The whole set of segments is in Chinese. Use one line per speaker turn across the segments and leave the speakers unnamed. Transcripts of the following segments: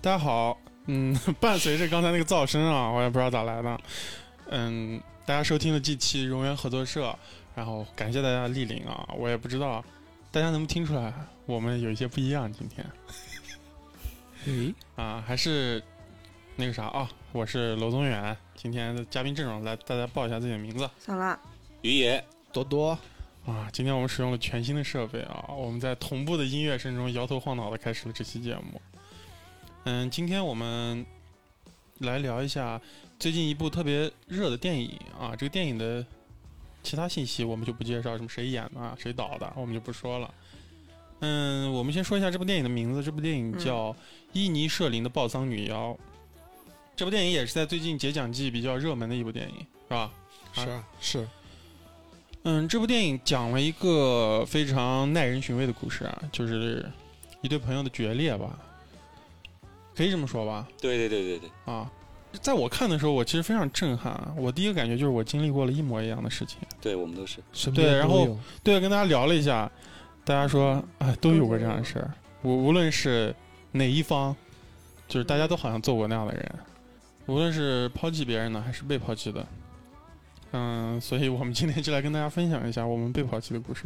大家好，嗯， 伴随着刚才那个噪声啊，我也不知道咋来的，嗯，大家收听了这期荣源合作社，然后感谢大家的莅临啊，我也不知道大家能不能听出来，我们有一些不一样今天
诶，
啊，还是那个啥啊，我是罗宗远，今天的嘉宾阵容来，大家报一下自己的名字
小辣，
于野，
多多，
啊，今天我们使用了全新的设备啊，我们在同步的音乐声中摇头晃脑的开始了这期节目。嗯，今天我们来聊一下最近一部特别热的电影啊，这个电影的其他信息我们就不介绍，什么谁演的啊、谁导的，我们就不说了。嗯，我们先说一下这部电影的名字，这部电影叫《伊尼舍林的报丧女妖》。这部电影也是在最近节奖季比较热门的一部电影，是吧？啊
是是，
嗯，这部电影讲了一个非常耐人寻味的故事啊，就是一对朋友的决裂吧，可以这么说吧？
对对对对对，
啊，在我看的时候，我其实非常震撼。啊我第一个感觉就是我经历过了一模一样的事情。
对我们都是，
身
对
边
然
都
后
有
对，跟大家聊了一下，大家说，哎，都有过这样的事儿。我无论是哪一方，就是大家都好像做过那样的人，无论是抛弃别人呢，还是被抛弃的。嗯，所以我们今天就来跟大家分享一下我们被抛弃的故事。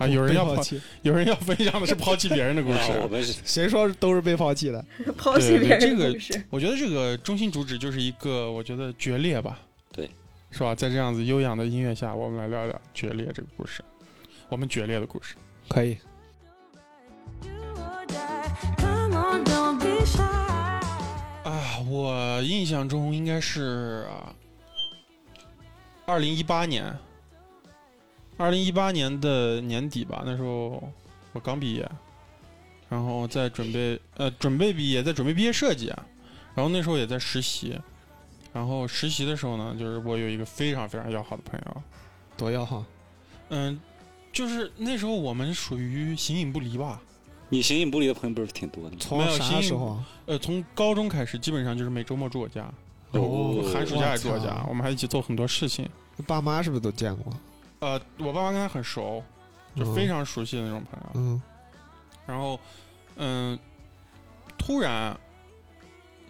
啊，有人
被
要
抛
抛，
弃，
有人要分享的是抛弃别人的故
啊我
事。
们是
谁说都是被抛弃的？
抛弃别人
对对
的
这个
故事，
我觉得这个中心主旨就是一个，我觉得决裂吧，
对，
是吧？在这样子悠扬的音乐下，我们来聊聊决裂这个故事，我们决裂的故事。
可以，
Come on, don't be shy.
啊，我印象中应该是啊二零一八年，二零一八年的年底吧。那时候我刚毕业，然后在准备呃准备毕业，在准备毕业设计，然后那时候也在实习。然后实习的时候呢，就是我有一个非常非常要好的朋友，
多要哈，
嗯，就是那时候我们属于形影不离吧，
你形影不离的朋友不是挺多的吗？
从
没有
啥
新
时候啊？
呃，从高中开始基本上就是每周末住我家，
哦
寒暑假也住我家，
操
我们还一起做很多事情。
爸妈是不是都见过？
呃，我爸妈跟他很熟，就非
常
常熟悉的那种朋友。
嗯，
然后，嗯，突然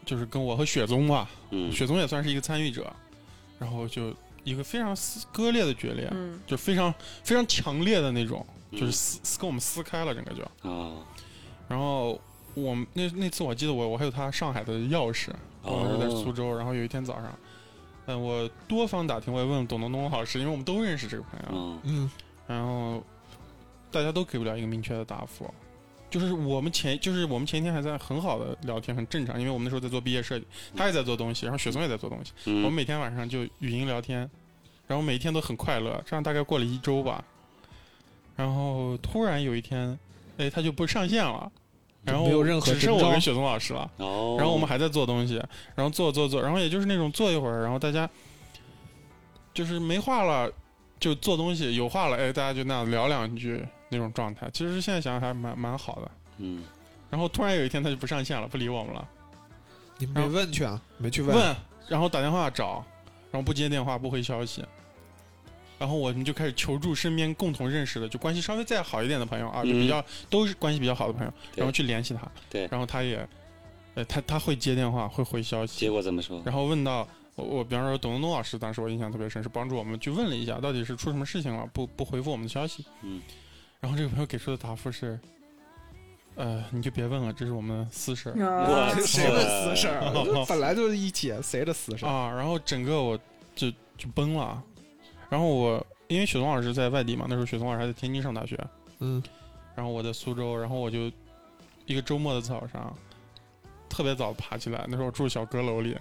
就是跟我和雪宗吧，
嗯，
雪宗也算是一个参与者，然后就一个非常撕割裂的决裂，
嗯，
就非常非常强烈的那种，
嗯
就是撕撕跟我们撕开了整个就。
啊，
然后我们那那次我记得我我还有他上海的钥匙，我们是在苏
哦，
州，然后有一天早上。嗯，我多方打听，我也问董东东老师，因为我们都认识这个朋友。
嗯，
嗯，
然后大家都给不了一个明确的答复。就是我们前，就是我们前天还在很好的聊天，很正常，因为我们那时候在做毕业设计，他也在做东西，然后雪松也在做东西，我们
嗯，
每天晚上就语音聊天，然后每一天都很快乐，这样大概过了一周吧。然后突然有一天，哎，他就不上线了，然后
就没有任何
只剩
征
我
兆
跟雪松老师了。
哦，
然后我们还在做东西，然后做做做，然后也就是那种做一会儿，然后大家就是没话了就做东西，有话了哎，大家就那样聊两句那种状态。其实现在想想还蛮蛮好的。
嗯，
然后突然有一天他就不上线了，不理我们了，
你没问去啊？没去问？
问，然后打电话找，然后不接电话，不回消息。然后我们就开始求助身边共同认识的，就关系稍微再好一点的朋友啊，就比
嗯
较、都是关系比较好的朋友，
对
然后去联系他。
对
然后他也，呃，他他会接电话，会回消息
结。果怎么说？
然后问到我，我比方说董东东老师，当时我印象特别深，是帮助我们去问了一下，到底是出什么事情了，不不回复我们的消息。
嗯。
然后这个朋友给出的答复是，呃，你就别问了，这是我们私事儿
啊
我
谁的私事儿啊？
哦
这本来就是一起，谁的私事儿？
啊。然后整个我就就崩了，然后我因为雪松老师在外地嘛，那时候雪松老师还在天津上大学，
嗯，
然后我在苏州，然后我就一个周末的早上，特别早爬起来，那时候我住小阁楼里。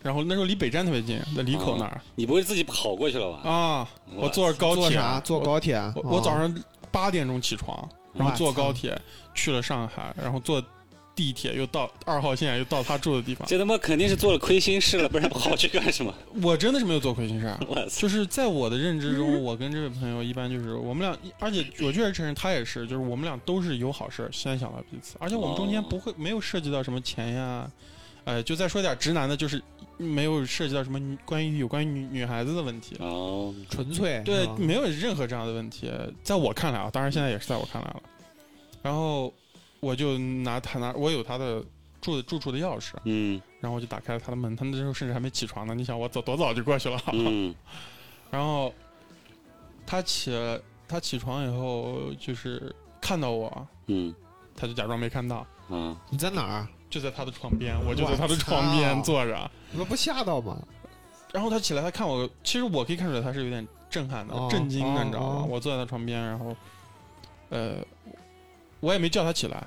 然后那时候离北站特别近，在里口那儿
你不会自己跑过去了吧？
啊，我
哇
坐着高铁，
坐啥？坐高铁啊？
我。
哦
我我早上八点钟起床，然后坐高铁去了上海，然后坐地铁又到二号线，又到他住的地方。
这他妈肯定是做了亏心事了，不然跑去干 什么？，
我真的是没有做亏心事儿
我操！
就是在我的认知 中，我跟这位朋友一般就是我们俩，而且我确实承认他也是，就是我们俩都是有好事儿先想到彼此，而且我们中间不会没有涉及到什么钱呀。呃，就再说点直男的，就是没有涉及到什么女关于有关于女女孩子的问题，
哦，
纯粹
对，
啊
没有任何这样的问题，在我看来啊，当然现在也是在我看来了。然后我就拿他拿我有他的住的住处的钥匙，
嗯
然后我就打开了他的门，他那时候甚至还没起床呢。你想我走多早就过去了，
嗯
然后他起了他起床以后就是看到我，
嗯
他就假装没看到，
啊，
你在哪儿？
就在他的床边，我就在他的
我操
床边坐着。
你们不吓到吗？
然后他起来，他看我，其实我可以看出来他是有点震撼的、
哦
震惊的，
哦
你知道吗？
哦
我坐在他床边，然后，呃，我也没叫他起来，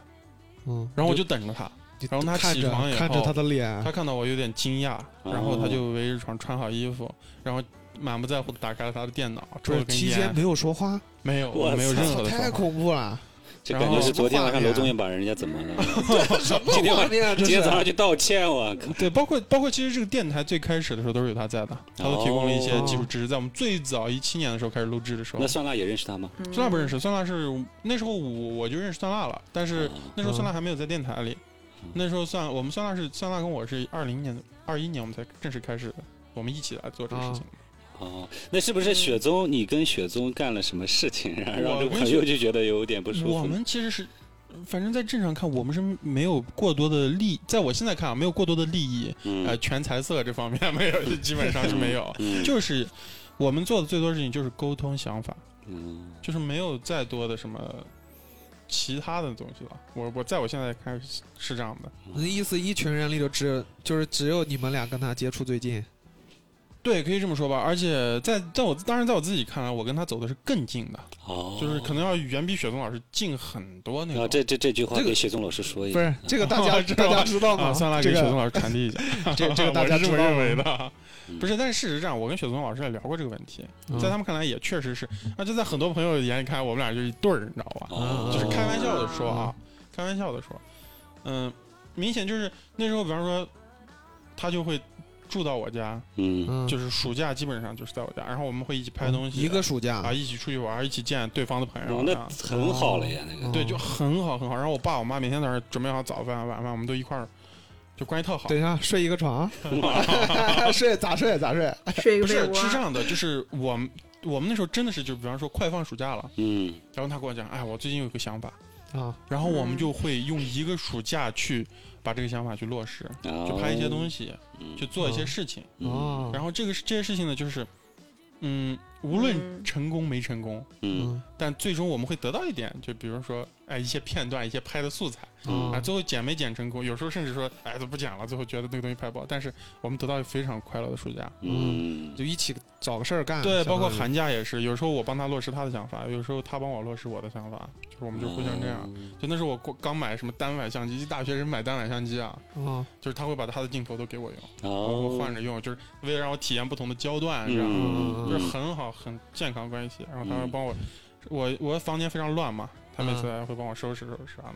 嗯，
然后我就等着他。
你
然后他
看
起
着
床以后
看着他的脸，
他看到我有点惊讶，
哦
然后他就围着床穿好衣服，然后满不在乎的打开了他的电脑，抽
不是
了根
期间
烟，
没有说话，
没有，
我
我没有任何的
太
说话。
恐 怖了，
这
然后
感觉是昨天晚
啊
什么画
上
面
楼东也把人家 怎么了？
什么
今天晚
画面啊？这
今天早上
是
去道歉，我靠！
对，包括包括，其实这个电台最开始的时候都是有他在的，他都提供了一些技术支持。在我们最早一七年的时候开始录制的时候
哦那，酸辣也认识他吗？
嗯
酸辣不认识，酸辣是那时候我我就认识酸辣了，但
啊
是那时候酸辣还没有在电台里
哦嗯，
那时候算我们酸辣是酸辣跟我是二零年二一年我们才正式开始的，我们一起来做这个事情。
哦，那是不是雪宗？你跟雪宗干了什么事情，然后让
嗯我
这
跟
朋友就觉得有点不舒
我
服呢？
们其实是，反正在正常看，我们是没有过多的利，在我现在看啊，没有过多的利益，呃，
嗯。
全财色这方面没 有，基本上是没有
嗯
就是我们做的最多的事情就是沟通想法，
嗯
就是没有再多的什么其他的东西了。我我在我现在看是是这样的，
你的意思一群人里头只有就是只有你们俩跟他接触最近，
对，可以这么说吧。而且在在我当然在我自己看来，我跟他走的是更近的，
哦，
就是可能要远比雪松老师近很多那
啊，
种。
这这这句话
这个
给雪宗老师说一
不
下。
是这个大家
知道
大
吧
家知道吗？
啊，算了，
这
给雪松
个
老师传递一下。
这这个大家
我是
知
这么
道
认为
吗
的
嗯，
不是。但是事实上，我跟雪松老师也聊过这个问题，
嗯
在他们看来也确实是，啊，就在很多朋友眼里看，我们俩就是一对儿，你知道吧？
啊
哦
就是开玩笑的说啊，开玩笑的说，嗯，明显就是那时候，比方说，他就会住到我家，
嗯
嗯
就是暑假基本上就是在我家，然后我们会一起拍东西，
一个暑假
啊，一起出去玩，一起见对方的朋
哦
友，这
那
样
很好了呀，那个
嗯
对，就很好很好。然后我爸我妈每天早上准备好早饭啊晚饭，我们都一块儿，就关系特好。
等一下睡一个
啊
床， 睡咋睡咋睡？
睡一
不
个被
是
窝，
是这样的，就是我们我们那时候真的是，就比方说快放暑假了，
嗯
然后他跟我讲，哎，我最近有个想法，
啊，
然后
嗯
我们就会用一个暑假去把这个想法去落实，去
就
拍一些东西，
哦嗯
去做一些
哦
事情。
嗯
哦，
然后这个这些事情呢，就是嗯，无论
嗯
成功没成功，
嗯
嗯
但最终我们会得到一点，就比如说，哎，一些片段，一些拍的素材，
嗯
啊，最后剪没剪成功，有时候甚至说，哎，都不剪了，最后觉得那个东西拍不好，但是我们得到非常快乐的暑假。
嗯
就一起找个事儿干，
对，
嗯相
包括
当于
寒假也是，有时候我帮他落实他的想法，有时候他帮我落实我的想法，就是我们就互相这
哦
样。就那时候我过刚买什么单反相机，一大学生买单反相机啊，
啊，
就是他会把他的镜头都给我用，
哦，
我换着用，就是为了让我体验不同的焦段，这样
嗯
就是很好很健康关系。然后他会
嗯
帮我，我我房间非常乱嘛，他每次来会帮我收拾收拾啥的。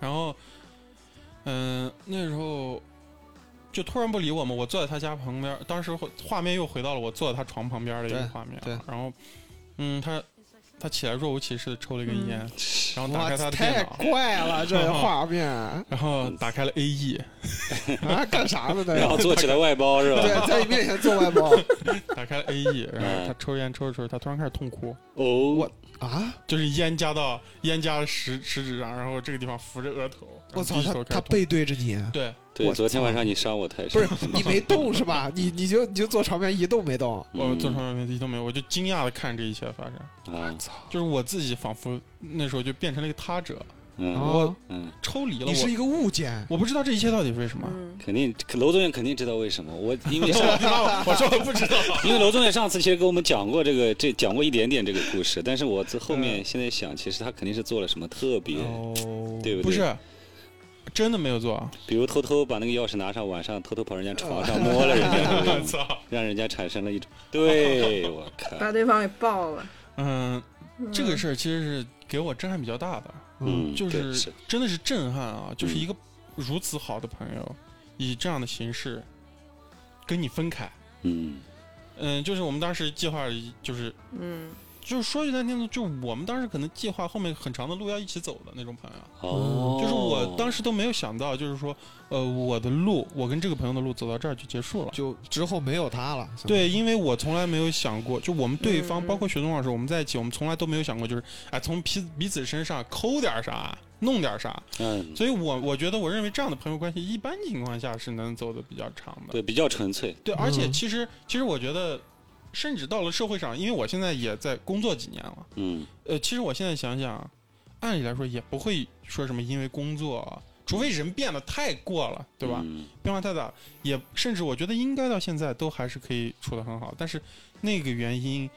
然后，嗯、那时候就突然不理我们，我坐在他家旁边，当时会画面又回到了我坐在他床旁边的一个
对
画面
对。
然后，嗯，他他起来若无其事的抽了一根烟，
嗯
然后打开他
哇，
的电
太
脑，
怪了，这画 面啊，
然后打开了 A E，
干啥呢？
然后
在
做起来外包是吧？
对，在你面前做外 包
打开了 A E，然后他抽烟抽着抽着，他突然开始痛哭。
哦，
啊！
就是烟加到烟加食食指上，然后这个地方扶着额头，然后
我操，
低
他
头
他
开始
背对着你，
捅对，
对，
我
昨天晚上你伤我太
不
深
是，你没 动是吧？你你就你就坐床边一动没动，
我坐床上面一动没有，我就惊讶的看这一切发生，
嗯啊，
就是我自己仿佛那时候就变成了一个他者，哦
嗯
我
嗯，
抽离了
哦你是
我，
一个物件，
我不知道这一切到底为什么。
嗯，
肯定楼总远肯定知道为什么，我因为上
我说我不知道，
因为楼总远上次其实给我们讲过这个，这讲过一点点这个故事，但是我自后面现在想，其实他肯定是做了什么特别，
嗯哦
对不对
不是，真的没有做，啊
比如偷偷把那个钥匙拿上，晚上偷偷跑人家床上摸了人家这
我
个，
操，
让人家产生了一种对我靠，
把对方给爆了。
嗯，
嗯
这个事儿其实是给我震撼比较大的，
嗯，
就
对
是
是嗯
真的是震撼啊！就是一个如此好的朋友，以这样的形式跟你分开。
嗯
嗯，就是我们当时计划就是
嗯
就是说句难听的，就我们当时可能计划后面很长的路要一起走的那种朋友，
哦，
嗯就是我当时都没有想到，就是说，呃，我的路，我跟这个朋友的路走到这儿就结束了。
就之后没有他了。
对，因为我从来没有想过，就我们对方，
嗯
包括雪冬老师，我们在一起，我们从来都没有想过，就是哎，从彼彼此身上抠点啥，弄点啥。
嗯，
所以我我觉得，我认为这样的朋友关系，一般情况下是能走的比较长的。
对，比较纯粹，
对，而且
嗯
其实其实我觉得，甚至到了社会上，因为我现在也在工作几年了，
嗯，
呃，其实我现在想想，按理来说也不会说什么因为工作，除非人变得太过了，对吧？
嗯
变化太大，也甚至我觉得应该到现在都还是可以处得很好，但是那个原因，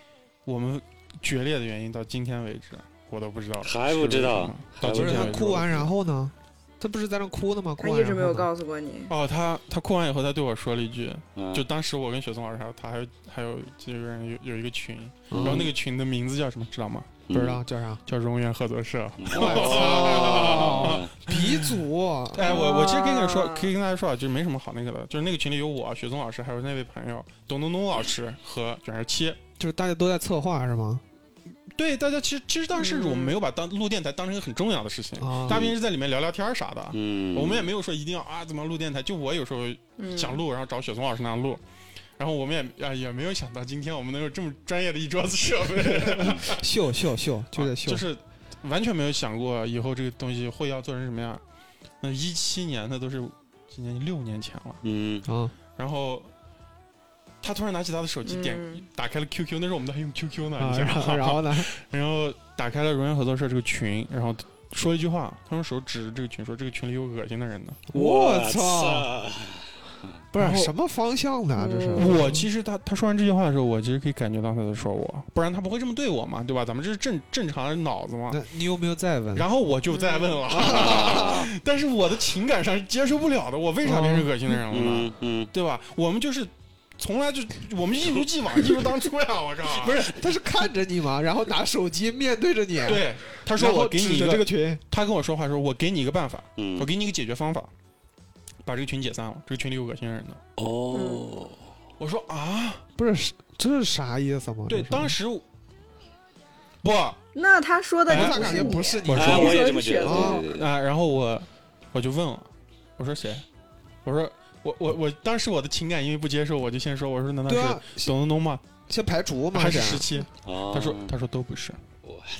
我们决裂的原因到今天为止。我都不知道，
还不知
是为
道
什么到
不
今
是
天
他
为止
哭完
我都不知道
然后呢？他不是在那哭呢吗？哭
他
完
一直没有
诉。
告诉过你。
哦，他他哭完以后，他对我说了一句，
啊
就当时我跟雪松老师还有他还有还有几个人有有一个群，
嗯
然后那个啊群的名字叫什么知道吗？
不知道叫啥？
叫荣源合作社。
嗯
我鼻祖。
哎，我我其实可以跟你说，
啊
可以跟大家说啊，就是没什么好那个的，就是那个群里有我、雪松老师，还有那位朋友董东东老师和卷儿七。
就是大家都在策划是吗？
对，大家其实其实当时我们没有把当录电台当成一个很重要的事情，
啊，
大家平时在里面聊聊天儿啥的，
嗯，
我们也没有说一定要啊怎么录电台，就我有时候
嗯，
想录，然后找雪松老师那样录。然后我们也啊也没有想到今天我们能有这么专业的一桌子设备，
秀秀秀， 就得秀。
就是完全没有想过以后这个东西会要做成什么样。那一七年那都是今年六年前了，
嗯，
啊，
然后他突然拿起他的手机点、
嗯
打开了 QQ，那时候我们都还用 QQ 呢，
啊
你想
然后然后呢？
然后打开了荣源合作社这个群，然后说了一句话，他用手指着这个群说：“这个群里有恶心的人呢。
我
哇
操！不
然
是
后
什么方向的啊，这是
嗯
我其实他他说完这句话的时候，我其实可以感觉到他在说我，不然他不会这么对我嘛，对吧？咱们这是正正常人脑子嘛。
那你有没有再问？
然后我就再问了，
嗯
但是我的情感上是接受不了的，我为啥变成恶心的人了呢？
嗯嗯，
对吧？我们就是从来就我们一如既往，一如当初呀！我靠，
不是，他是看着你嘛，然后拿手机面对着你，
对，他
他
说我给你一个，
这个群，
他跟我说话说，我给你一个办法，
嗯
我给你一个解决方法，把这个群解散了。这个群里有恶心人的。
哦，
我说啊，
不是是这是啥意思吗？
对，
这是
当时我不啊、
那他说的
我
就
咋感觉不
不
是
是
你？
我
哎，
说
我也这么觉得，
哦
对对对，
啊然后我我就问了，我说谁？我说我我我当时我的情感因为不接受，我就先说我说难道
对啊
是，董东东吗？
先排除嘛，
还是
这样
十七？
哦
他说他说都不是。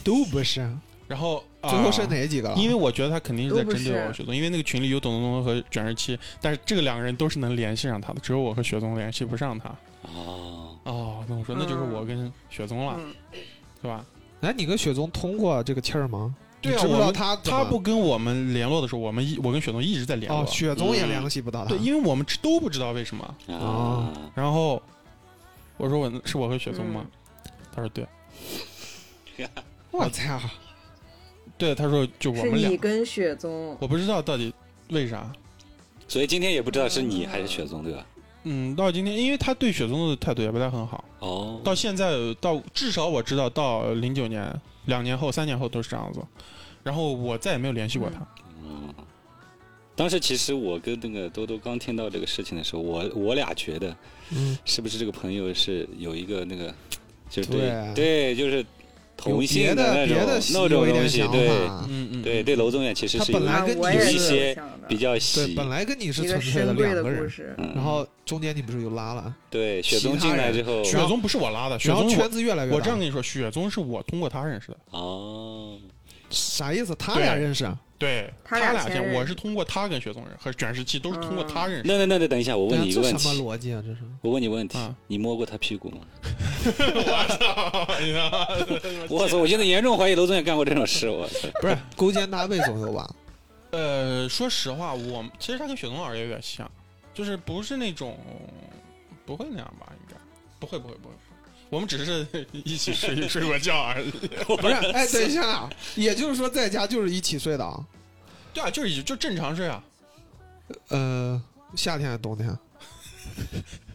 都不是，
然后
啊最后剩
啊
哪几个了？
因为我觉得他肯定是在
都不
针对我
是
和雪宗，因为那个群里有董东东和卷十七，但是这个两个人都是能联系上他的，只有我和雪宗联系不上他。
哦，
哦，那我说那就是
嗯
我跟雪宗了，
嗯
对吧？
哎，你跟雪宗通过这个气儿吗？
对啊
你知不
我
知道
们
他怎
他
么
不跟我们联络的时候，我们一我跟雪宗一直在联络，
哦，雪宗也
嗯
联系不到他
对，，因为我们都不知道为什么。
哦
啊，
然后我说我是我和雪宗吗？他说对，
我操，
对，他说就我
是
们俩
你，跟雪宗，
我不知道到底为啥。
所以今天也不知道是你还是雪宗对吧？
嗯，到今天，因为他对雪宗的态度也不太很好，
哦，
到现在到至少我知道到零九年、两年后、三年后都是这样子。然后我再也没有联系过他。
嗯，当时其实我跟那个多多刚听到这个事情的时候，我我俩觉得
嗯，
是不是这个朋友是有一个那个，就是
对啊
对对，就是同
有
性
别的
那种
别的
那
有
种
一点
东西，
想
对
法，
嗯嗯，
对
嗯
对，娄宗远其实
他
是有
本来
啊
跟，
我
你
也是
一
这
些
么想的
比较
对，
喜，
本来跟你是
一
纯
个
粹的
深贵
两
的
个
故
人，
事，
嗯
然后中间你不是又拉了，
对雪
其
宗
他
进来
人
之后，
雪宗不是我拉的，雪
然后
宗
圈
我
子越来越大，
我这样跟你说，雪宗是我通过他认识的。
哦，
啥意思？他俩
对
认识啊？
对，
他
俩
俩先
先，
认
我是通过他跟雪宗人和卷石器都是通过他认识的。
那那那那等一下，我
对
问
啊
你一个
这
问
什么
题，
逻辑啊？这是
我问你问题
啊，
你摸过他屁股吗？
我操！
我操！我现在严重怀疑娄宗远干过这种事，我操！
不是勾肩搭背总有吧？
呃，说实话，我其实他跟雪松老师也有点像，就是不是那种不会那样吧？应该不会，不会，不会。我们只是 一起睡睡过觉而已。
不是，哎，等一下啊，也就是说在家就是一起睡的啊？
对啊，就是一就正常睡啊。
呃，夏天还是冬天？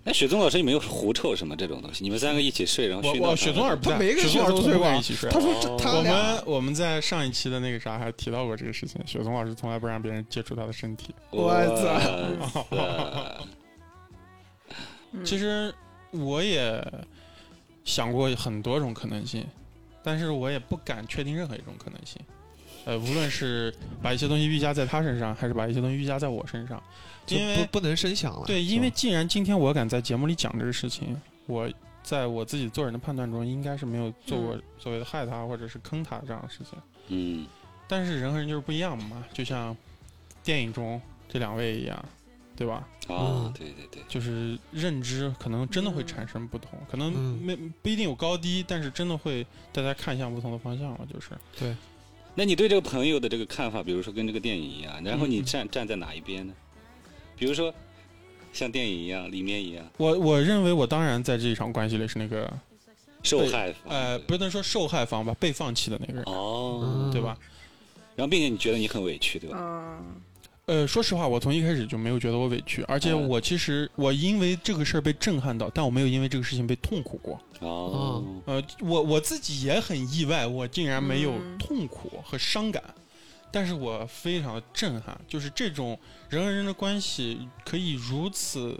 哎，雪宗老师，你们有狐臭什么这种东西？你们三个一起睡，然后
我
熏到
我
他
雪松老师不在，
他没跟
雪松老师
雪松睡过
从来一起睡。啊
他说这他
我
俩
们我们在上一期的那个啥还提到过这个事情，雪松老师从来不让别人接触他的身体。
我
哇塞！
嗯
嗯
嗯
其实我也想过很多种可能性，但是我也不敢确定任何一种可能性。呃，无论是把一些东西预加在他身上，还是把一些东西预加在我身上，
就
因为
不不能声响了。
对，因为
是吧
既然今天我敢在节目里讲这个事情，我在我自己做人的判断中，应该是没有做
嗯
过所谓的害他或者是坑他这样的事情。
嗯，
但是人和人就是不一样嘛，就像电影中这两位一样，对吧？
啊
嗯，
对对对，
就是认知可能真的会产生不同，可能
嗯
没不一定有高低，但是真的会大家看向不同的方向了。就是
那你对这个朋友的这个看法，比如说跟这个电影一样，然后你
嗯
站站在哪一边呢？比如说像电影一样，里面一样
我我认为我当然在这一场关系里是那个
受害方，
呃，不能说受害方吧，被放弃的那个人，
嗯
哦，
对吧？
然后并且你觉得你很委屈，对吧？
嗯，
呃，说实话，我从一开始就没有觉得我委屈，而且
嗯
我其实我因为这个事儿被震撼到，但我没有因为这个事情被痛苦过。
哦，
呃，我我自己也很意外，我竟然没有
嗯
痛苦和伤感，但是我非常震撼，就是这种人和人的关系可以如此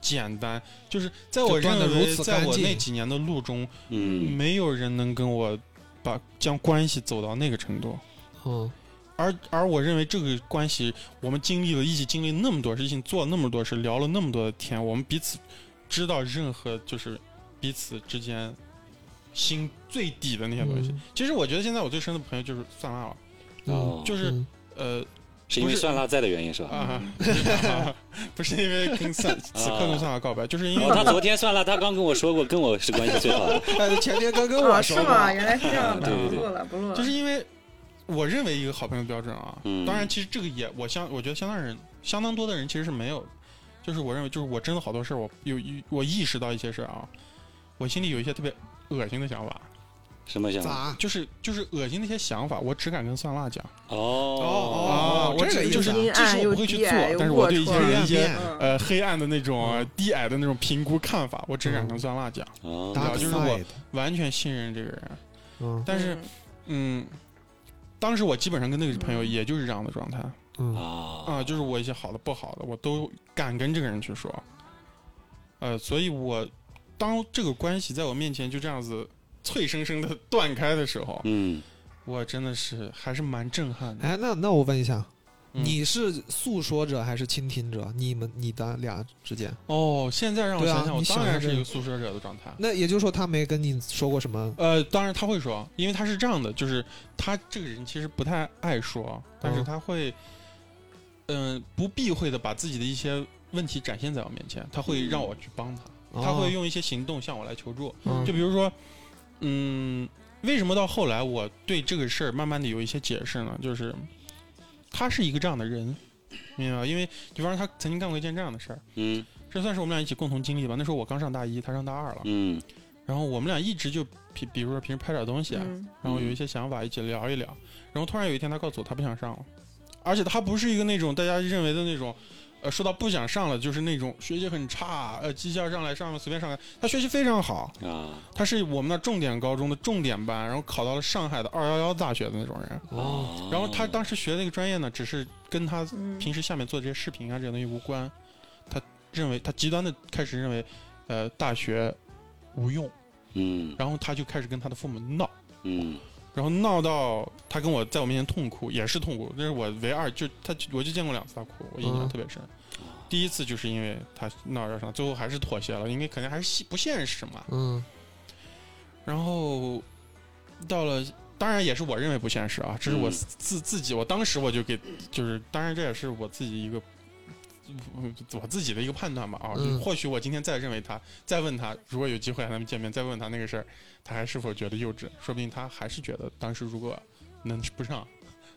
简单，就是在我
就断
认
得
为
如此
在
干
我
净
那几年的路中，
嗯，
没有人能跟我把将关系走到那个程度。
嗯，
而而我认为这个关系，我们经历了一起经历那么多事情，做了那么多事，聊了那么多的天，我们彼此知道任何就是彼此之间心最底的那些东西。
嗯
其实我觉得现在我最深的朋友就是算辣了，
哦，
就是、
嗯
呃
是因为
不是
酸辣在的原因是吧？
啊， 不是因为跟算此刻跟算辣告白，就是因为
哦，他昨天酸辣，他刚跟我说过，跟我是关系最好的。
哎，前天刚跟
啊
我
是
说
吗？
过，
原来是这样的，
对对对
不录了，不录了。
就是因为我认为一个好朋友标准啊，
嗯
当然其实这个也我相我觉得相当人相当多的人其实是没有的，就是我认为就是我真的好多事儿我有我意识到一些事儿啊，我心里有一些特别恶心的想法，
什么想法？
咋？
就是就是恶心的一些想法，我只敢跟酸辣讲啊
哦
哦
我
这个
只
意
就是
思啊
这是我不会去做，但是我对一些
暗
人
暗
一些
面
嗯
呃黑暗的那种呃
嗯
低矮的那种评估看法，我只敢跟酸辣讲，
哦，
打
打
个就是我完全信任这个人，
嗯
但是嗯，当时我基本上跟那个朋友也就是这样的状态。
嗯
啊，
啊，就是我一些好的、不好的，我都敢跟这个人去说。呃，所以我当这个关系在我面前就这样子脆生生的 断开的时候，
嗯，
我真的是还是蛮震撼的。
哎，那那我问一下，
嗯
你是诉说者还是倾听者？你们你的俩之间，
哦，现在让我
对啊
想想，我
你
当
想
然
想
是
这
一
个
个诉说者的状态。
那也就是说他没跟你说过什么？
呃，当然他会说，因为他是这样的，就是他这个人其实不太爱说，但是
嗯
他会，嗯、不避讳的把自己的一些问题展现在我面前，他会
嗯
让我去帮他，
哦
他会用一些行动向我来求助。
用
嗯
就比如说，嗯，为什么到后来我对这个事儿慢慢的有一些解释呢？就是他是一个这样的人，明白吧？因为比方说他曾经干过一件这样的事儿，
嗯
这算是我们俩一起共同经历吧。那时候我刚上大一，他上大二了，
嗯
然后我们俩一直就比比如说平时拍点东西啊，
嗯
然后有一些想法一起聊一聊，然后突然有一天他告诉我他不想上了，而且他不是一个那种大家认为的那种。呃，说到不想上了，就是那种学习很差，呃，绩效上来上随便上来，他学习非常好，
啊，
他是我们那重点高中的重点班，然后考到了上海的二幺幺大学的那种人。
哦，
然后他当时学那个专业呢，只是跟他呃
嗯
平时下面做这些视频啊这些东西无关。他认为他极端的开始认为，呃，大学无用，
嗯
然后他就开始跟他的父母闹，
嗯
然后闹到他跟我在我面前痛哭，也是痛哭，这是我唯二就他我就见过两次他哭，我印象
嗯
特别深。第一次就是因为他闹要上，最后还是妥协了，因为肯定还是现不现实嘛。
嗯
然后到了，当然也是我认为不现实啊，这是我
嗯
自、自己，我当时我就给，就是当然这也是我自己一个。嗯我自己的一个判断吧啊，
嗯
或许我今天再认为他，再问他，如果有机会还能见面，再问他那个事儿，他还是否觉得幼稚？说不定他还是觉得当时如果能不上，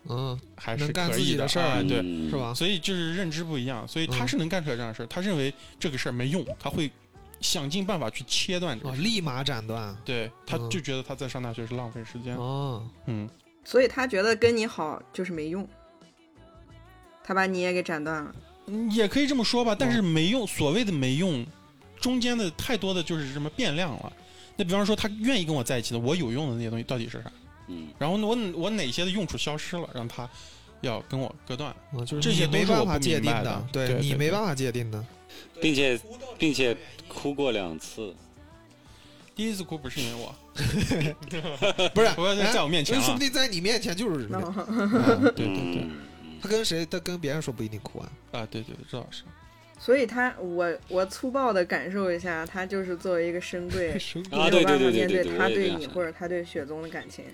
嗯，
还是
能干
可
自
以
己的事儿
哎对，
嗯
是吧？
所以就是认知不一样，所以他
嗯
是能干出来这样的事儿，他认为这个事儿没用，他会想尽办法去切断这
哦，
个事儿，
立马斩断。
对，他
嗯
就觉得他在上大学是浪费时间，
哦，
嗯，
所以他觉得跟你好就是没用，他把你也给斩断了。
嗯也可以这么说吧，但
嗯
是没用，所谓的没用，中间的太多的就是什么变量了。那比方说，他愿意跟我在一起的，我有用的那些东西到底是啥？
嗯
然后呢我我哪些的用处消失了，让他要跟我割断？
啊就是
这
你
些都
没
是我
办
不
法界
明
定
白的对对
你
对
没办法界定的。
并且并且哭过两次，
第一次哭不是因为我，
不是，
不要再在我面前
哎
了
说不定在你面前就是这
那
样。
我
对对对
嗯
对，
他跟谁，他跟别人说不一定哭啊。，
啊，对对对，这倒是。
所以他，我我粗暴的感受一下，他就是作为一个深柜
生
你
啊
没
对
有办
对
法
对
面
对对
他
我也这
对
样
你
想
或者他对雪宗的感情，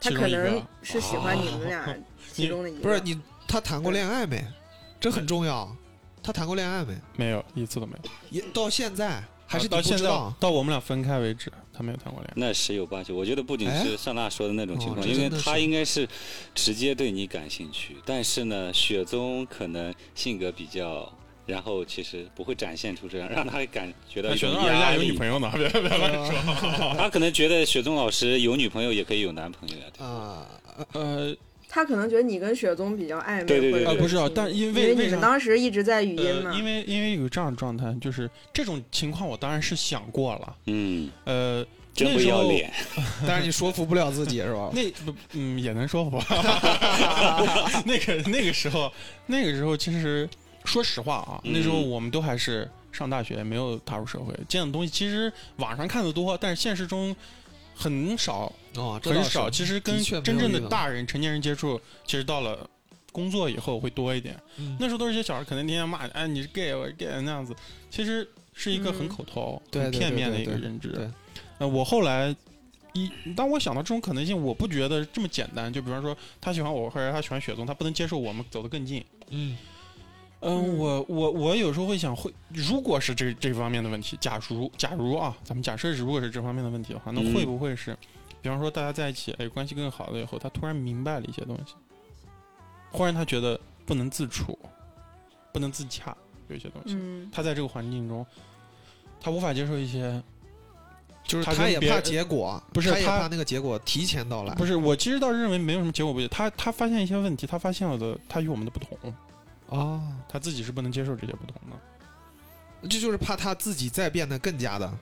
他
其中
可
一个啊哦
能是喜欢你们俩
你
其中的一个。
不是你，他谈过恋爱没？这很重要。他谈过恋爱没？
没有一次都没有，
也到现在还是
啊到
你不
现
知
在
道？
到我们俩分开为止，他没有谈过恋爱。
那十有八九，我觉得不仅
哎
是上大说的那种情
哎
况，
哦这
因为
真的是
他应该是直接对你感兴趣，但是呢，雪宗可能性格比较，然后其实不会展现出这样，让他感觉到
哎
一
雪
种
宗二人
压
家有女
力。
朋友呢，别别乱说。
他可能觉得雪宗老师有女朋友也可以有男朋友呀。
啊，
呃，
他可能觉得你跟雪宗比较暧昧，
对对
或
对
者
啊
不是啊
亲密
但因
因
为为
你
啥
们当时一直在语音嘛
呃，，因为因为有这样的状态，就是这种情况，我当然是想过了。
嗯，
呃，
真
那
不
时
要
候
脸。
但是你说服不了自己是吧？
那不嗯也能说服， 那个那个时候，那个时候其实说实话啊，
嗯
那时候我们都还是上大学，没有踏入社会，见的东西其实网上看的多，但是现实中很少
哦，这
很
倒是
少。其实跟
的确没有
真正的
遇到
大人、成年人接触，其实到了。工作以后会多一点，
嗯
那时候都是一些小孩，可能天天骂你，哎，你是 gay，我是 gay 那样子，其实是一个很
嗯
口头、
对
很
对
片
对
面的
对
一个
对
认知。
对
呃，我后来一当我想到这种可能性，我不觉得这么简单。就比方说，他喜欢我，或者他喜欢雪宗，他不能接受我们走得更近。
嗯，
嗯，
嗯
我我我有时候会想，会如果是这这方面的问题，假如假如啊，咱们假设如果是这方面的问题的话，那
嗯
会不会是，比方说大家在一起，哎，关系更好了以后，他突然明白了一些东西，忽然他觉得不能自处，不能自洽，有一些东西，
嗯，
他在这个环境中，他无法接受一些
就是
他
他
跟
也
别
怕
人
结果，
不是
他也
他
怕那个结果提前到来。
不是，我其实倒是认为没有什么结果不解。他他发现一些问题，他发现了的，他与我们的不同，
哦，
他自己是不能接受这些不同的。
这就是怕他自己再变得更加的，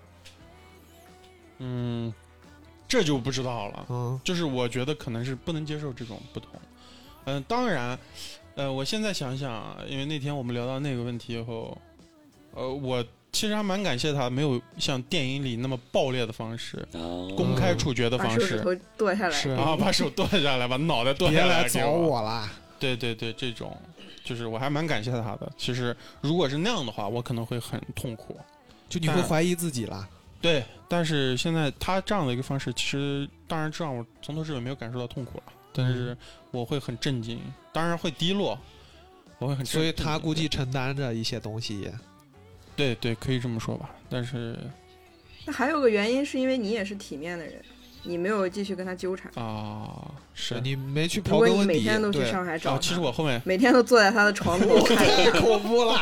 嗯，这就不知道了。
嗯
就是我觉得可能是不能接受这种不同。嗯、当然，呃，我现在想想啊，因为那天我们聊到那个问题以后，呃，我其实还蛮感谢他没有像电影里那么暴烈的方式，
哦，
公开处决的
嗯把
方
手指
式。
头剁下来，
是
然后把手剁下来，把脑袋剁
别
下来，
来找我啦。
对对对，这种就是我还蛮感谢他的。其实如果是那样的话，我可能会很痛苦。
就你会
但
怀疑自己啦。
对，但是现在他这样的一个方式，其实当然这让我从头至尾没有感受到痛苦了，但
嗯
是我会很震惊，当然会低落，我会很震惊。
所以他估计承担着一些东西，
对对，可以这么说吧。但是
那还有个原因是因为你也是体面的人，你没有继续跟他纠缠。
啊，是
你没去
如
刨
果
根
你
问
每
底
天都，去
对，
上海
啊
找，他，
其实我后面
每天都坐在他的床头看着
太恐怖了。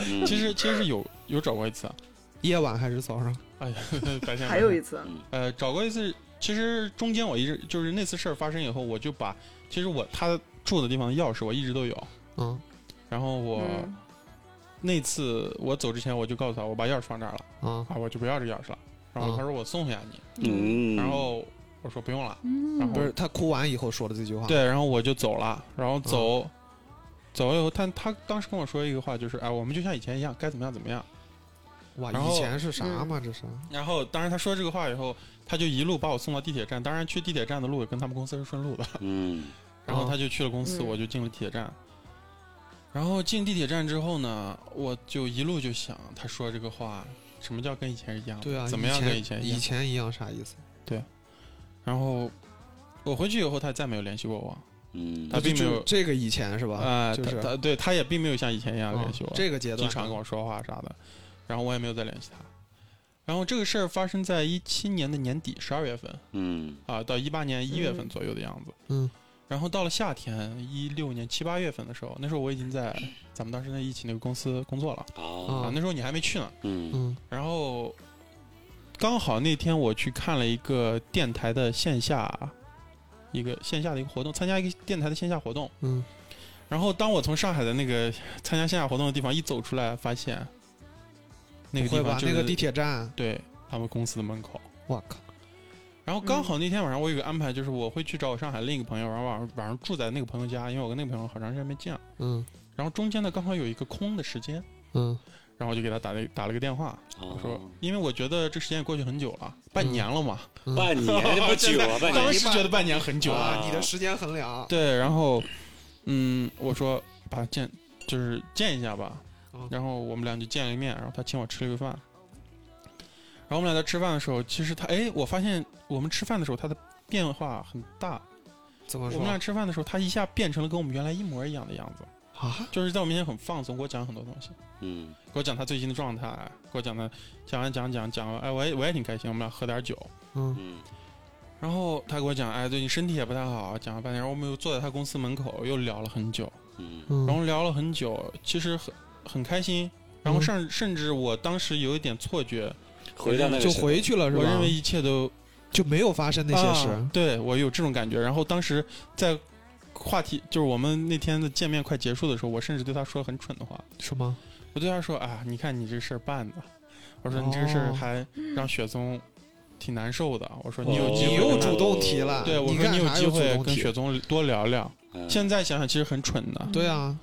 嗯
其实其实有有找过一次啊，
夜晚还是早上？
哎呀， 白天
他，还有一次，
呃，找过一次，其实中间我一直就是那次事儿发生以后，我就把其实我他住的地方的钥匙我一直都有，
嗯
然后我、
嗯，
那次我走之前我就告诉他，我把钥匙放这儿了
啊，
啊，我就不要这钥匙了。然后
嗯啊
他说我送下你，
嗯，
然后我说不用了，然
嗯
后
不是他哭完以后说的这句话。，
对，然后我就走了，然
嗯
后走、走了以后，但他当时跟我说一个话，就是哎，我们就像以前一样，该怎么样怎么样。
哇，
然后
以前是啥
嗯
嘛？这是
然后当时他说这个话以后，他就一路把我送到地铁站，当然去地铁站的路也跟他们公司是顺路的。
嗯，
然后他就去了公司，
嗯
我就进了地铁站。然后进地铁站之后呢，我就一路就想，他说这个话，什么叫跟以前一样？
对啊，
怎么样跟
以
前一
以
样？
前一样啥意思？
然后我回去以后，他再没有联系过我，
嗯，
他并没有
就这个以前是吧？
啊，
就
他
是
他对他也并没有像以前一样
啊
联系我，
这个阶段
经常跟我说话啥的，然后我也没有再联系他。然后这个事儿发生在一七年的年底十二月份
嗯
啊，到一八年一月份
嗯
左右的样子。
嗯
然后到了夏天，一六年七八月份的时候，那时候我已经在咱们当时在一起那个公司工作了啊
哦，。
那时候你还没去呢，
嗯
嗯
然后刚好那天我去看了一个电台的线下一个线下的一个活动，参加一个电台的线下活动。
嗯，
然后当我从上海的那个 参加线下活动的地方一走出来，发现那个
不会
地
吧
方？就是
那个地铁站，
对他们公司的门口。
我靠，
然后刚好那天晚上我有个安排，就是我会去找我上海另一个朋友，然后晚上晚上住在那个朋友家，因为我跟那个朋友好长时间没见了。
嗯
然后中间呢刚好有一个空的时间，
嗯
然后我就给他打了打了个电话，我说
哦，，
因为我觉得这时间过去很久了，半年了嘛，
半年 不久啊，半
当
年
一
时
半
觉得半年很久了。
啊，你的时间衡量，
对，然后，嗯，我说把他见，就是见一下吧
嗯。
然后我们俩就见了一面，然后他请我吃了个饭。然后我们俩在吃饭的时候，其实他，哎，我发现我们吃饭的时候他的变化很大。
怎么
我
说
们俩吃饭的时候，他一下变成了跟我们原来一模一样的样子，
啊？
就是在我面前很放松，给我讲很多东西。
嗯
给我讲他最近的状态，给我讲他讲完讲讲讲完，哎，我也我也挺开心，我们俩喝点酒，
嗯
嗯
然后他给我讲，哎，最近身体也不太好，讲了半天，然后我们又坐在他公司门口又聊了很久，
嗯
然
嗯
后聊了很久，其实很很开心，然后甚、甚至我当时有一点错觉，
回到那个
就
时
回去啊了是吧？
嗯我认为一切都
就没有发生那些事，
啊对我有这种感觉。然后当时在话题就是我们那天的见面快结束的时候，我甚至对他说很蠢的话，
是吗？
我对他说啊，你看你这事儿办的，我说你这事儿
哦
还让雪松挺难受的，我说你
哦
有机
你
会
又
跟他
主动提了，
对，我
你
说
干
你有
啥
机
又主
会
动
跟雪
提？
宗多聊聊。
嗯
现在想想，其实很蠢的，
对啊，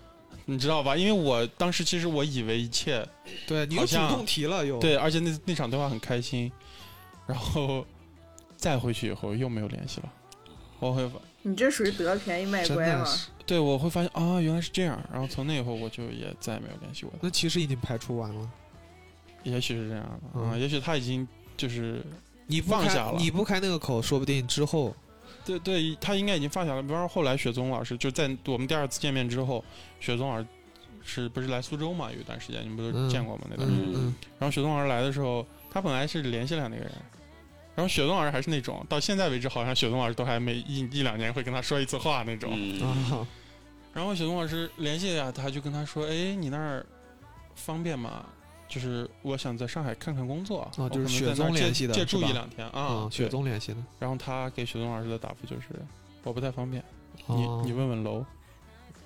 你知道吧？因为我当时其实我以为一切
对你又
好
主
像
动提了又，
对，而且那那场对话很开心，然后 再回去以后又没有联系了。我会发
你这属于得便宜卖
真
乖
的
嘛？
是，
对我会发现啊，原来是这样。然后从那以后，我就也再也没有联系过他。
那其实已经排除完了。
也许是这样的啊、
嗯
也许他已经就是
你不
放
开
下了
你不开那个口，说不定之后
对对，他应该已经放下了。比方说后来雪宗老师就在我们第二次见面之后，雪宗老师是不是来苏州嘛？有一段时间你们不都
嗯
见过吗？那段时间。
嗯嗯
然后雪松老师来的时候，他本来是联系了那个人，然后雪松老师还是那种，到现在为止好像雪松老师都还每一一两年会跟他说一次话那种。
嗯
啊，
然后雪松老师联系一下他，就跟他说：“哎，你那儿方便吗？就是我想在上海看看工作，
哦
我
就是
可能
雪
在那
松
儿借
联系的
借
是
住
吧
一两天啊
嗯，。雪
对
宗联系的，
然后他给雪松老师的答复就是：“我不太方便，你
哦
你问问楼。”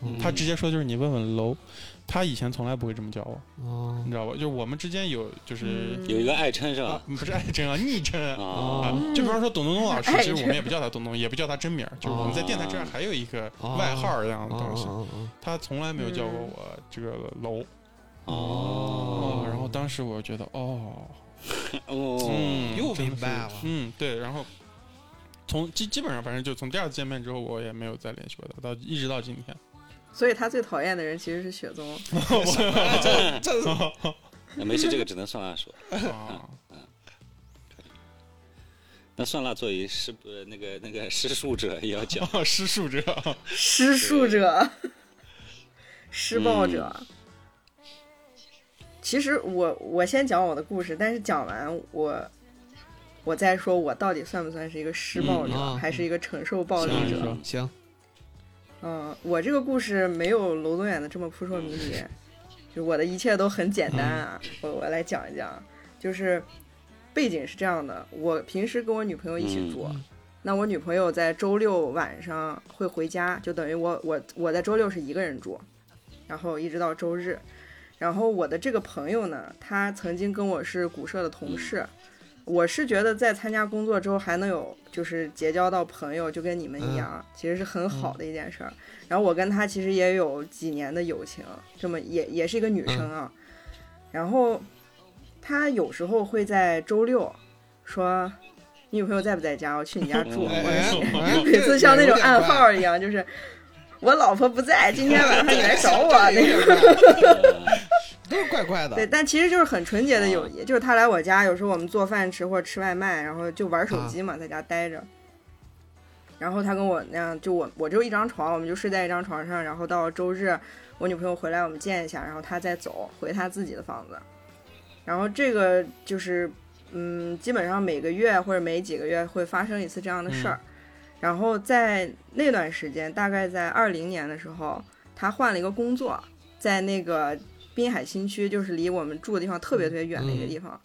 嗯
他直接说就是你问问
嗯
楼，他以前从来不会这么叫我，
哦
你知道吧？就是我们之间有就是
嗯
有一个爱称是
啊
吧？
不是爱称啊，昵称 啊。啊
啊，
嗯
就比方说董东东老师，
哎
其实我们也不叫他董东，也不叫他真名儿，就是我们在电台之外还有一个外号一样的东西，
哦哦
他从来没有叫过我这个楼。
哦
哦，然后当时我觉得，哦，
哦，
嗯，
又
真的
明白
是
了
嗯，对，然后从基基本上反正就从第二次见面之后，我也没有再联系过他，到一直到今天。
所以他最讨厌的人其实是雪宗。
哦，这是
那没事，这个只能算辣说。
啊，
那算辣作为施呃那个那个施术者也要讲，
哦，施术者，
施术者、施
嗯
暴者。其实我我先讲我的故事，但是讲完我我再说我到底算不算是一个施暴者，
嗯啊
还是一个承受暴力
行
者
你？说
行，
嗯，我这个故事没有楼宗远的这么扑朔迷离，
嗯
就我的一切都很简单啊。我我来讲一讲，就是背景是这样的：我平时跟我女朋友一起住，
嗯
那我女朋友在周六晚上会回家，就等于我我我在周六是一个人住，然后一直到周日。然后我的这个朋友呢，他曾经跟我是古社的同事。我是觉得在参加工作之后还能有就是结交到朋友，就跟你们一样，其实是很好的一件事儿。然后我跟她其实也有几年的友情，这么也也是一个女生啊。然后她有时候会在周六说：“你女朋友在不在家？我去你家住。
嗯
我
哎
说
哎 哎
每次像那种暗，号
这
一样，就是我老婆不在，今天晚上你来 找我那
也
种。
有点怪
嗯
都是怪怪
对，
的，
但其实就是很纯洁的友谊，就是他来我家，有时候我们做饭吃或者吃外卖，然后就玩手机嘛，在家待着。然后他跟我那样，就我我只有一张床，我们就睡在一张床上。然后到周日，我女朋友回来，我们见一下，然后他再走回他自己的房子。然后这个就是，嗯，基本上每个月或者每几个月会发生一次这样的事儿。然后在那段时间，大概在二零年的时候，他换了一个工作，在那个滨海新区，就是离我们住的地方特别特别远的
嗯
一个地方。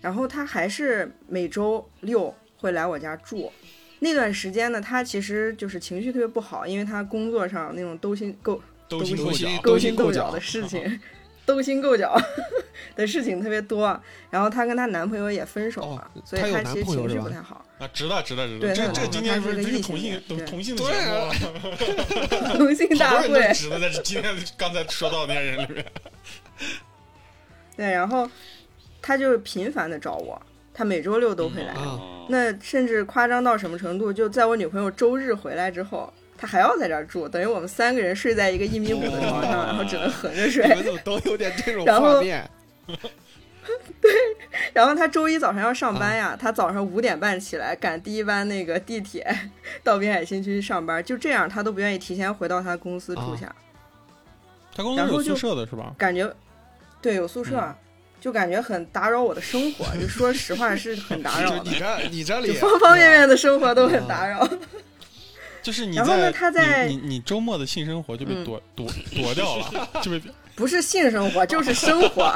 然后他还是每周六会来我家住。那段时间呢，他其实就是情绪特别不好，因为他工作上那种勾心勾
勾心
勾
斗角
心，
勾
心
心
斗
斗
角
角的事 情，勾心斗角 的事情特别多。然后她跟她男朋友也分手了，
哦
所以
她有
她
男
其实
朋友
情
是
绪
吧
不太 好。
啊，知道知道知道，
对
这
那
这
种
今
他
天不
是
是
一个
这
异
个同
性恋对
性同性的节
对啊
目啊。
同性
好
大
多人
会
都，指的在今天刚才说到的那些人里面。
对，然后他就频繁的找我，他每周六都会来。
啊
哦，
那甚至夸张到什么程度？就在我女朋友周日回来之后，她还要在这儿住，等于我们三个人睡在一个一米五的床上，
哇
然后只能横着
你
睡。
们怎么都有点这种
然后
画面？
然后她周一早上要上班
啊
呀，她早上五点半起来赶第一班那个地铁 到滨海新区上班，就这样她都不愿意提前回到她公司
啊
住下，
他公司
然
是
后
有宿
就
舍的是吧？
感觉对有宿舍。
嗯
就感觉很打扰我的生活，就说实话是很打扰
就
的
你，这你这
就
里
方方面面的生活
嗯
都很打 扰。
就是你
然后呢
在
他在
你你你周末的性生活就被
嗯
躲躲躲掉 了，就被
不是性生活，就是生活。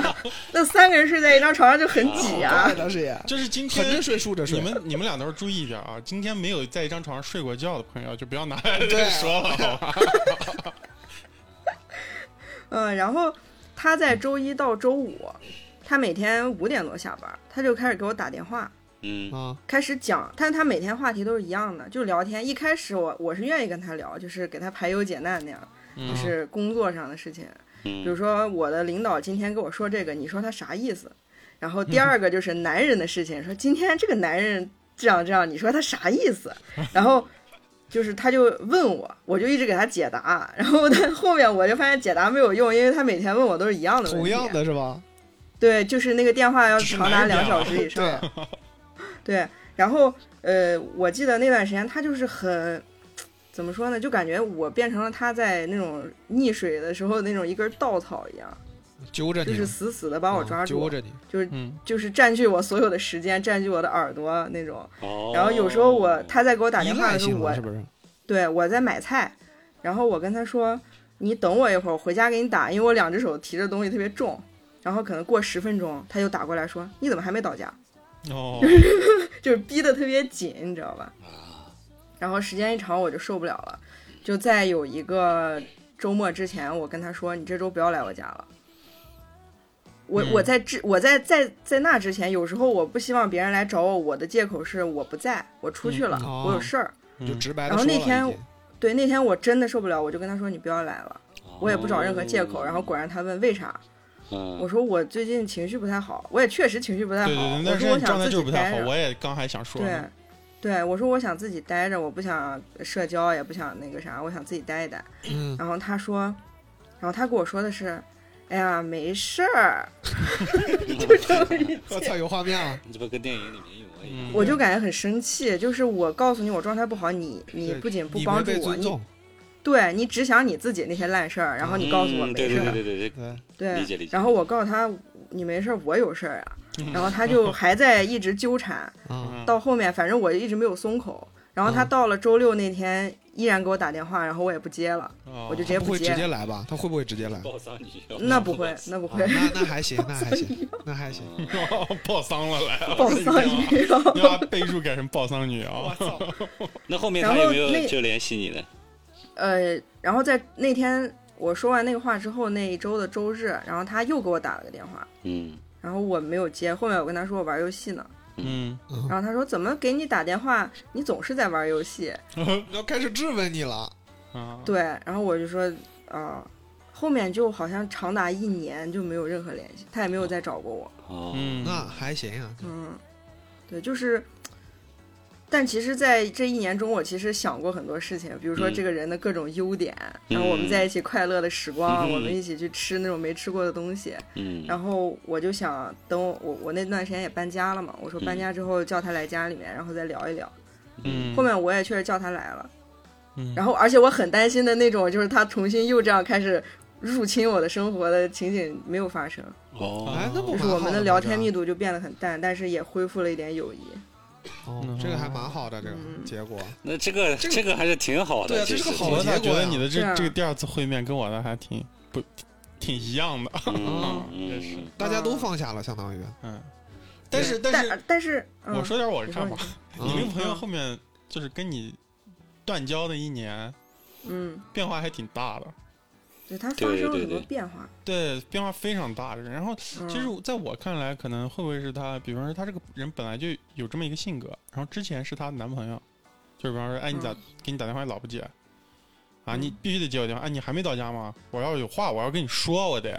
那三个人睡在一张床上就很挤啊
啊，。当时也
就是今
横
天
着睡竖着睡，
你们你们俩都是注意一点啊！今天没有在一张床上睡过觉的朋友，就不要拿来
对啊
说了，好 吧？
嗯，然后他在周一到周五，他每天五点多下班，他就开始给我打电话，
嗯，
啊
开始讲。但是他每天话题都是一样的，就聊天。一开始我我是愿意跟他聊，就是给他排忧解难那样，就
嗯
是工作上的事情。比如
嗯，
说我的领导今天跟我说这个，你说他啥意思？然后第
嗯
二个就是男人的事情，说今天这个男人这样这样，你说他啥意 思？然后就是他就问我，我就一直给他解答，然后他后面我就发现解答没有用，因为他每天问我都是一样的问
同
题，
样的是吧？
对，就是那个电话要
只是
长
男
达两
人聊
小时以上，
啊对，
对，然后呃，我记得那段时间他就是很。怎么说呢？就感觉我变成了他在那种溺水的时候那种一根稻草一样，
揪着
就
你
是，死死的把我抓
啊
住，
揪着你，
嗯，
就是占据我所有的时间，占据我的耳朵那种。
哦，
然后有时候我他在给我打电
依
话
赖
的时
性
候，我
了是不是？
对我在买菜，然后我跟他说：“你等我一会儿，我回家给你打，因为我两只手提着东西特别重。”然后可能过十分钟，他就打过来说：“你怎么还没到家
哦，？”
就是逼得特别紧，你知道吧？
啊，
然后时间一长我就受不了了，就在有一个周末之前，我跟他说：“你这周不要来我家了。我”我
嗯
在之我在在在那之前，有时候我不希望别人来找我，我的借口是我不在，我出去了，
嗯哦
我有事儿。
就直白的
然后
说
那
了
天
已经
对，那天我真的受不了，我就跟他说：“你不要来了。”我也不找任何借口。
哦
然后，果然他问为啥，
嗯
我说我最近情绪不太好，我也确实情绪不太
对
好。
对对，
我
那
说我
是
想
状态
自
就是
己
不太
待
好。
着。
我也刚还想说
对
呢，，
对，我说我想自己待着，我不想社交，也不想那个啥，我想自己待一待。
嗯，
然后他说，然后他跟我说的是，哎呀，没事 儿，就这么一
我
句，
操，有画面啊了，
你这不跟电影里面一模一样？
嗯
我就感觉很生气，就是我告诉你我状态不好，你你
对
不仅不
你
帮
没
助
被
我，
尊
你
重，
对你只想你自己那些烂事儿，然后你告诉我
嗯
没
对
事
对
儿，
对对对，
对，
对
理解理解
然后我告诉他你没事儿，我有事儿啊，
嗯
然后他就还在一直纠缠，
啊，
嗯
到后面反正我一直没有松口，然后他
嗯
到了周六那天依然给我打电话，然后我也不接了，
哦
我就直
他
接
不会
接。
直接来吧？他会不会直接来？
暴躁女友，
那不会，那不
啊
会，
那那还行，那还行，那还行。
嗯
哦抱丧了来了，
暴
啊
躁
你
女友。
要把备注改成抱丧女
我
啊！
操，
那后面
然
他
后
有没有
那
就联系你呢？
呃，然后在那天我说完那个话之后，那一周的周日，然后他又给我打了个电话，
嗯，
然后我没有接。后面我跟他说我玩游戏呢，
嗯，
然后他说怎么给你打电话，你总是在玩游戏。
嗯要开始质问你了，
啊，
对，然后我就说啊、后面就好像长达一年就没有任何联系，他也没有再找过我。
哦，
嗯，
那还行啊。
嗯，对，就是，但其实，在这一年中，我其实想过很多事情，比如说
嗯
这个人的各种优点，然后我们在一起快乐的时光，我们一起去吃那种没吃过的东西，
嗯，
然后我就想，等我我我那段时间也搬家了嘛，我说搬
嗯
家之后叫他来家里面，然后再聊一聊。
嗯，
后面我也确实叫他来了，
嗯，
然后而且我很担心的那种，就是他重新又这样开始。入侵我的生活的情景没有发生，
哦，
哎，那不
就是
蛮
我
好
们
的
的聊天密
度，
度就变得很淡，但是也恢复了一点友谊。
哦这个还蛮好的，这
嗯
个结果
那这个
这个
这个还是挺好
对
的，
啊
其
这是
实
个好
我
的
咋觉得你的
这
这
样
这个第二次会面跟我的还挺不挺一样的？
嗯
也是
嗯，
大家都放下了，相当于。
嗯，但是但
但
是
但是，嗯、
我说点我的
你
看
说
法，
嗯
你那个朋友后面就是跟你断交的一年，
嗯，
变化还挺大的，
对，它发
对
生了
对
很多
对
变化。
对，变化非常大的人。然后
嗯
其实在我看来，可能会不会是她，比方说她这个人本来就有这么一个性格，然后之前是她男朋友，就是比方说，哎，你咋、给你打电话你老不接？啊，
嗯
你必须得接我电话！哎，你还没到家吗？我要有话，我要跟你说，我得。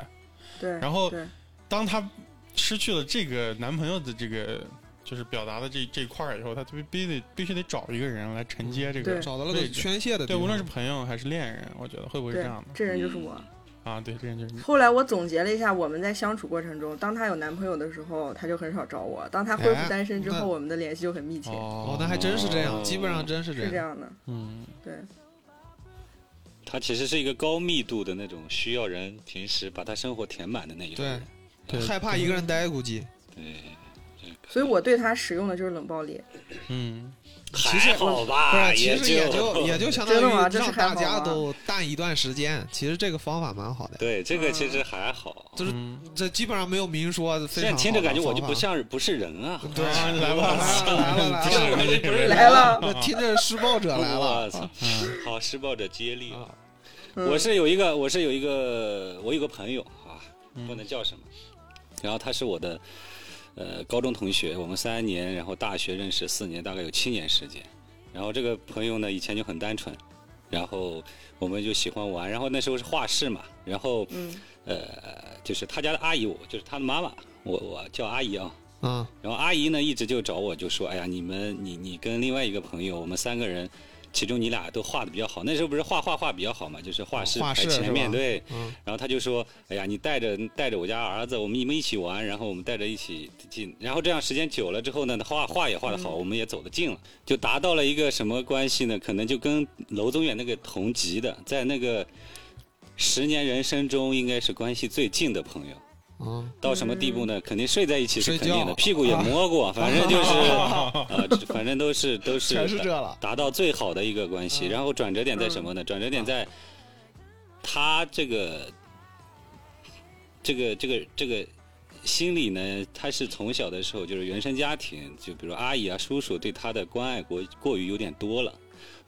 对，
然后
对，
当她失去了这个男朋友的这个就是表达的这这一块儿以后，她必必须得必须得找一个人来承接这个。
对
找到了个宣泄嗯的地
对，
方。
无论是朋友还是恋人，我觉得会不会这
对
样，
这人就是我。
的啊？对，这样就是你
后来我总结了一下，我们在相处过程中，当她有男朋友的时候，她就很少找我；当她恢
哎
复单身之
那
后，我们的联系就很密切，
哦
哦，
那还真是这样，
哦
基本上真是这
是这
样。
样的。
嗯，
对，
他其实是一个高密度的那种，需要人平时把他生活填满的那一种人。
对，
害怕一个人待，估计
对，这个
所以我对她使用的就是冷暴力。
嗯，
其实
还好
不
吧，
是，啊其实也就也就相当
真的吗
于
这是
让
还
大
好
家
吗
都淡一段时间。其实这个方法蛮好的，
对这个其实还好。
就是
嗯
这基本上没有明说，非
现在
常
听
好
着
的
感觉我就
方
不
法
像是不是人啊！
对，
啊来
来
吧
了来了来
不是
了
不是不是
来了
这听着施暴者来
我
了
操！
嗯
好，施暴者接力。
啊！
嗯、
我是有一个，我是有一个，我有个朋友啊，
嗯
不能叫什么，然后他是我的呃高中同学，我们三年，然后大学认识四年，大概有七年时间。然后这个朋友呢，以前就很单纯，然后我们就喜欢玩，然后那时候是画室嘛，然后
嗯，
呃，就是他家的阿姨，我就是他的妈妈，我我叫阿姨啊，
啊，
然后阿姨呢一直就找我，就说：“哎呀，你们你你跟另外一个朋友，我们三个人，其中你俩都画的比较好。那时候不是画画画比较好嘛，就是画室
哦画
排
室
前面
是吧
对。
嗯，
然后他就说：哎呀，你带着带着我家儿子，我们你们一起玩，然后我们带着一起进。然后这样时间久了之后呢，他画画也画的
嗯
好，我们也走得近了，就达到了一个什么关系呢？可能就跟娄宗远那个同级的，在那个十年人生中应该是关系最近的朋友。”
啊，
到什么地步呢？肯定睡在一起是肯定
睡
的，
觉
屁股也摸过，反正就是
啊
呃，反正都是都是
全是这了。
达到最好的一个关系。
嗯
然后转折点在什么呢？转折点在他这个这个这个这个心理呢，他是从小的时候就是原生家庭，就比如阿姨啊、叔叔对他的关爱过过于有点多了。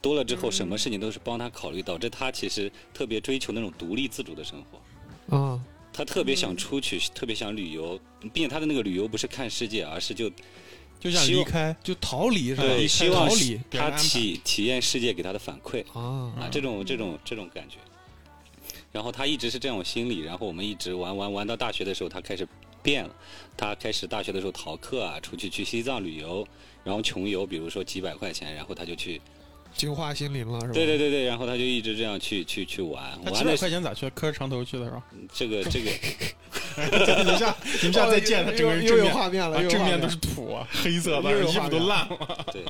多了之后，什么事情都是帮他考虑，导致他其实特别追求那种独立自主的生活。
啊，
他特别想出去，特别想旅游，并且他的那个旅游不是看世界，而是就
就想
希
离
望
开，
就逃离是吧？
对，希望
逃离
别人
他
安排
体体验世界给他的反馈
啊
嗯
啊，这种这种这种感觉。然后他一直是这种心理，然后我们一直玩玩玩到大学的时候，他开始变了。他开始大学的时候逃课啊，出去去西藏旅游，然后穷游，比如说几百块钱，然后他就去，
净化心灵了是吧？
对对对对，然后他就一直这样去去去玩，
他
玩
几
的
百块钱咋去？磕着长头去的是 吧？
这个这个
你们下你们下再见，他整个
又
人
又
正
有
面
画面了，
啊
又有
正
画
面都是土啊，黑色
又
的，
有
衣
画
服都
面
烂了。
对，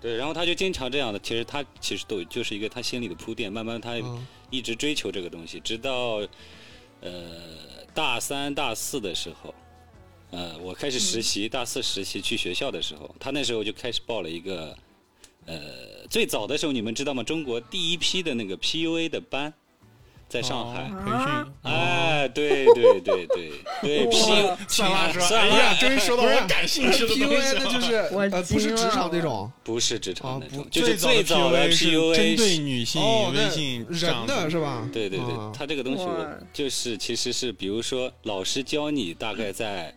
对，然后他就经常这样的。其实他其实都就是一个他心里的铺垫，慢慢他
嗯
一直追求这个东西，直到呃大三大四的时候，呃，我开始实习，大四实习去学校的时候，他那时候就开始报了一个呃最早的时候，你们知道吗？中国第一批的那个 PUA 的班在上海。
哦培训，
哎，对对对 对对
哇
，P
算啦，说，
算
哎呀
了，
终于说到
不是
我感兴趣的东西
，PUA
了。
那就是哦
我
呃不是
惊
职
了
场那种，
不是职
啊
场那
哦
种
不，
就是最早的
PUA 是
PUA
针
是
对女性
哦，
微
那
信
人的是吧？
对对对
啊，
哦
他这个东西
哇
我就是其实是，比如说老师教你大概在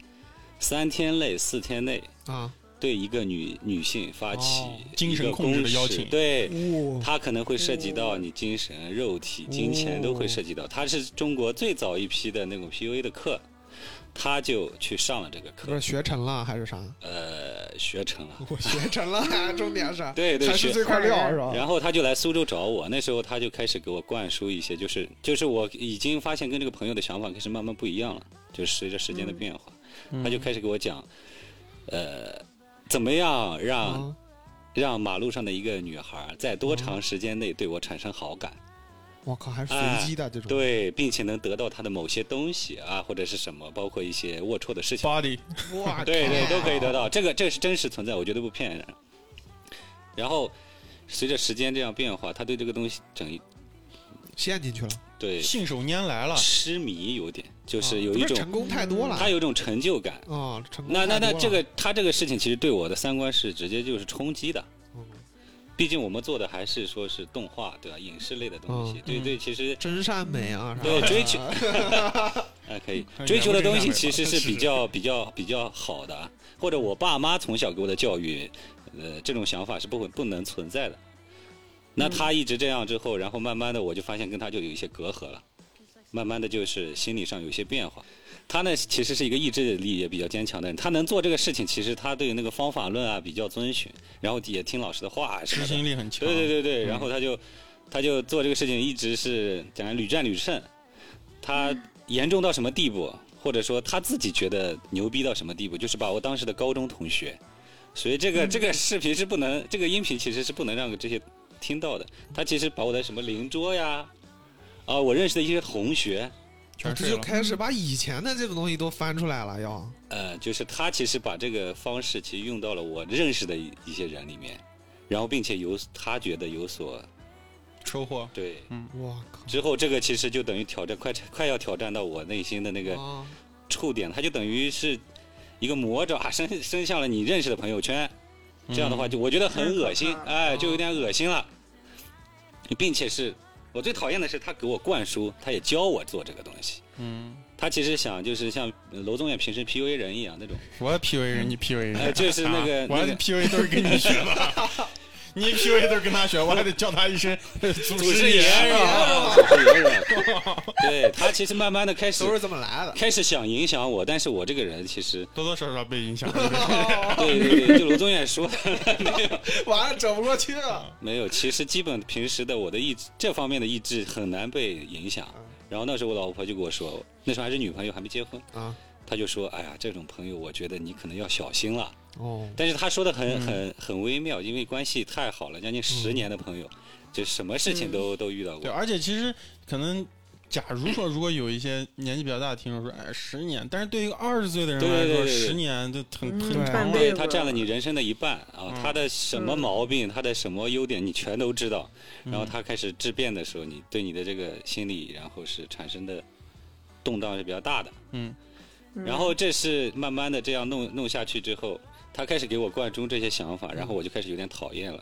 三天内、四天内
啊，
对一个女女性发起
哦
精神
一个
控制的
攻势
邀请
对。
哇
它可能会涉及到你精神、肉体、金钱都会涉及到。他是中国最早一批的那种 PUA 的课，他就去上了这个
不
课
是，学成了还是啥？
呃，学成了。
我学成了， 重点是
对对
还
学
是这块料是吧？
然后他就来苏州找我，那时候他就开始给我灌输一些，就是就是我已经发现跟这个朋友的想法开始慢慢不一样了，就是随着时间的变化，他就开始给我讲，呃，怎么样让、
啊
让马路上的一个女孩在多长时间内对我产生好感，
我靠，还是随机的这种。
对，并且能得到她的某些东西啊，或者是什么，包括一些龌龊的事情。
body，
哇，
对对，
靠
都可以得。到。这个这是真实存在，我绝对不骗人。然后随着时间这样变化，他对这个东西整一
陷进去了，
对
信手拈来了。
痴迷有点，就是
啊
有
这
一
不是
种
成功太多了
他有一种成就感。
啊，成功
那那
太多
那
了
这个他这个事情其实对我的三观是直接就是冲击的。
嗯
毕竟我们做的还是说是动画，对吧？影视类的东西，
嗯
对对，其实
真善美啊，是吧
对追求，哎，可以追求的东西其实是比较比较比较好的啊，或者我爸妈从小给我的教育，呃，这种想法是不会不能存在的。那他一直这样之后，然后慢慢的我就发现跟他就有一些隔阂了，慢慢的就是心理上有一些变化。他呢其实是一个意志力也比较坚强的人，他能做这个事情，其实他对那个方法论啊比较遵循，然后也听老师的话啊
执
什么的。
行力很强。
对对对对，
嗯
然后他就他就做这个事情一直是讲来屡战屡胜，他严重到什么地步，或者说他自己觉得牛逼到什么地步，就是把我当时的高中同学，所以这个、这个视频是不能，这个音频其实是不能让这些听到的。他其实把我的什么邻桌呀，啊，我认识的一些同学，
全
这
睡
嗯就
了。
开始把以前的这个东西都翻出来了，要
呃，就是他其实把这个方式其实用到了我认识的一一些人里面，然后并且有他觉得有所
收获。
对。
我靠
之后，这个其实就等于挑战，快快要挑战到我内心的那
哦
个
啊！
触点，它就等于是一个魔爪伸伸向了你认识的朋友圈。这样的话，
嗯
就我觉得很恶心
太可，怕
哎，
哦
就有点恶心了。并且是我最讨厌的是，他给我灌输，他也教我做这个东西。
嗯，
他其实想就是像呃娄宗远平时 PUA 人一样那种，
我也 PUA 人，你 PUA
哎
人，
就是那个
啊我还得
那个
PUA 都是跟你学的，你 PUA 都是跟他学，我还得叫他一声祖
祖
师啊
师爷是吧？祖师爷是吧
哦
对他其实慢慢的 开始
都是这么来的。
开始想影响我，但是我这个人 其实
多多少少被影响了。
对对对，就娄宗远说
哦完了，整不过去了。
没有，其实基本平时的我的意志这方面的意志很难被影响。然后那时候我老婆就跟我说，那时候还是女朋友，还没结婚，
啊，
她就说：“哎呀，这种朋友，我觉得你可能要小心了。
哦”，
但是她说的很、很很微妙，因为关系太好了，将近十年的朋友，就什么事情都、都遇到
对，
过。
而且其实可能，假如说如果有一些年纪比较大的听众说，哎，十年，但是对于一个二十岁的人
对对
来
对
说，
对对
十年就很很
对
长
对
了。
对她占了你人生的一半啊，
嗯
她的什么毛病，她的什么优点，你全都知道。然后她开始质变的时候，你对你的这个心理，然后是产生的动荡是比较大的。
嗯，
然后这是慢慢的这样弄弄下去之后，他开始给我灌输这些想法，然后我就开始有点讨厌了。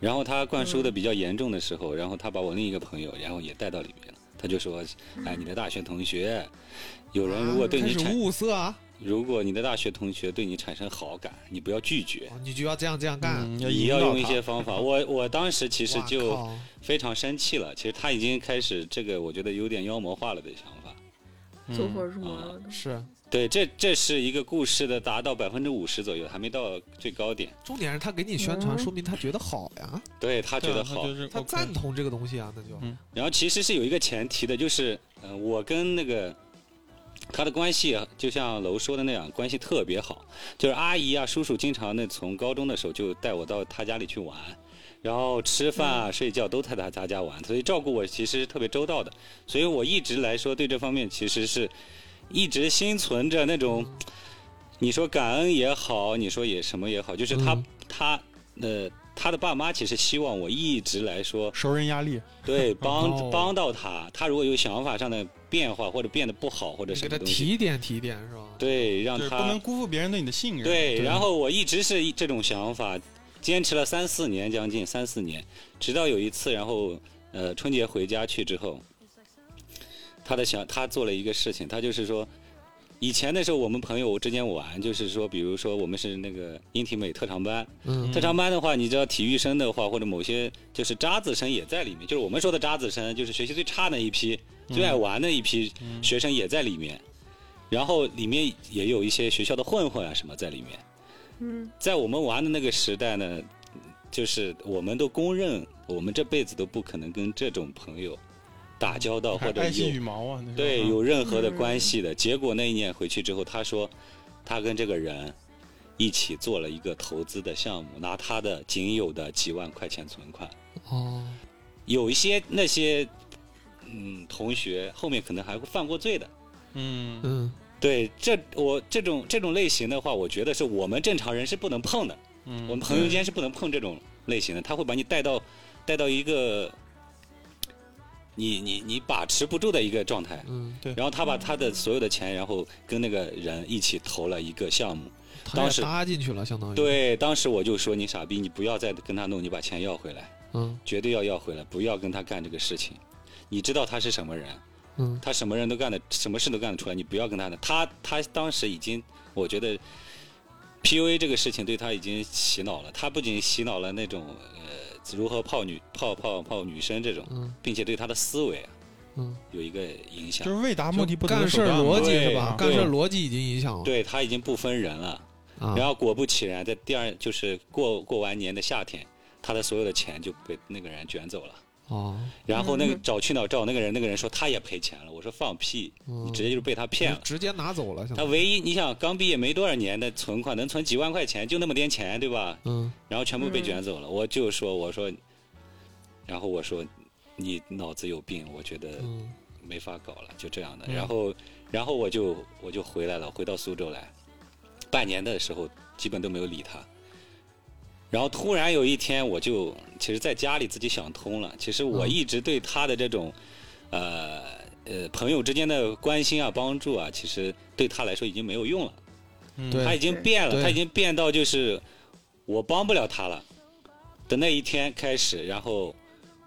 然后他灌输的比较严重的时
嗯
候，然后他把我另一个朋友，然后也带到里面了。他就说：“哎，你的大学同学，有人如果对
开
你
始
产，
物色嗯啊，
如果你的大学同学对你产生好感，你不要拒绝，
哦你就要这样这样干。
嗯，
你
引
要
导
用一
他
些方法。”我我当时其实
哇
就
靠
非常生气了，其实他已经开始这个，我觉得有点妖魔化了的想法。
走火入魔
魔
了
了。
是
对，这这是一个故事的达到百分之五十左右，还没到最高点。
重点是他给你宣传，
嗯
说明他觉得好呀，
对他觉
对
得
啊他
好，
就是
他
OK
赞同这个东西啊，那就
然后其实是有一个前提的，就是呃，我跟那个他的关系，就像楼说的那样，关系特别好，就是阿姨啊、叔叔经常那从高中的时候就带我到他家里去玩。然后吃饭啊、睡觉啊都在他他家玩，所以照顾我其实特别周到的。所以我一直来说对这方面其实是一直心存着那种，你说感恩也好，你说也什么也好，就是他、
嗯
他呃他的爸妈其实希望我一直来说
熟人压力。
对，帮、
哦
帮到他，他如果有想法上的变化或者变得不好或者
你给
什
他
么东
提
西，
一点提一点是吧？
对，让
就是不能
啊他
辜负别人对你的信任。
对。然后我一直是一这种想法，坚持了三四年，将近三四年，直到有一次，然后呃春节回家去之后，他的想他做了一个事情，他就是说。以前的时候，我们朋友之间玩，就是说，比如说我们是那个音体美特长班，
嗯，
特长班的话，你知道体育生的话，或者某些就是渣子生也在里面，就是我们说的渣子生，就是学习最差那一批、最爱玩的一批
嗯
学生也在里面。然后里面也有一些学校的混混啊什么在里面。
嗯，
在我们玩的那个时代呢，就是我们都公认，我们这辈子都不可能跟这种朋友打交道
还
或者
爱惜
有
羽毛啊，那时候
对，
嗯
有任何的关系的。结果那一年回去之后，他说他跟这个人一起做了一个投资的项目，拿他的仅有的几万块钱存款，
哦，
有一些那些嗯同学后面可能还会犯过罪的。
嗯，
嗯，
对，这我这种这种类型的话，我觉得是我们正常人是不能碰的。
嗯
我们朋友间是不能碰这种类型的，他会把你带到带到一个你你你把持不住的一个状态。
嗯，
对
然后他把他的所有的钱，然后跟那个人一起投了一个项目。
他也
当时
搭进去了，相
哎
当于，
对，当时我就说你傻逼，你不要再跟他弄，你把钱要回来，
嗯
绝对要要回来，不要跟他干这个事情。你知道他是什么人，
嗯，
他什么人都干的，什么事都干得出来，你不要跟他的。他他当时已经，我觉得 PUA 这个事情对他已经洗脑了。他不仅洗脑了那种呃如何泡女泡泡泡女生这种，并且对他的思维啊
嗯，
有一个影响
就。是为达目的不择
干事
手
儿
段嘛。
逻辑
对
是吧？
对
干事儿逻辑已经影响了。
对他已经不分人了。
啊，
然后果不其然，在第二就是过过完年的夏天，他的所有的钱就被那个人卷走了。
哦，
然后那个
嗯
找去哪儿找那个人，那个人说他也赔钱了。我说放屁，你
嗯
嗯你
直接就是被他骗了。
直接拿走了，相
他
当于
唯一你想刚毕业没多少年的存款，能存几万块钱，就那么点钱，对吧？
嗯
然后全部被
嗯
卷走了。我就说我说，然后我说你脑子有病，我觉得
嗯
没法搞了，就这样的。
嗯
然后，然后我就我就回来了，回到苏州来，半年的时候基本都没有理他。然后突然有一天，我就其实在家里自己想通了，其实我
嗯
一直对他的这种，呃呃朋友之间的关心啊、帮助啊，其实对他来说已经没有用了，
嗯
对
他已经
对
变了，
对
他已经变到就是我帮不了他了。的那一天开始，然后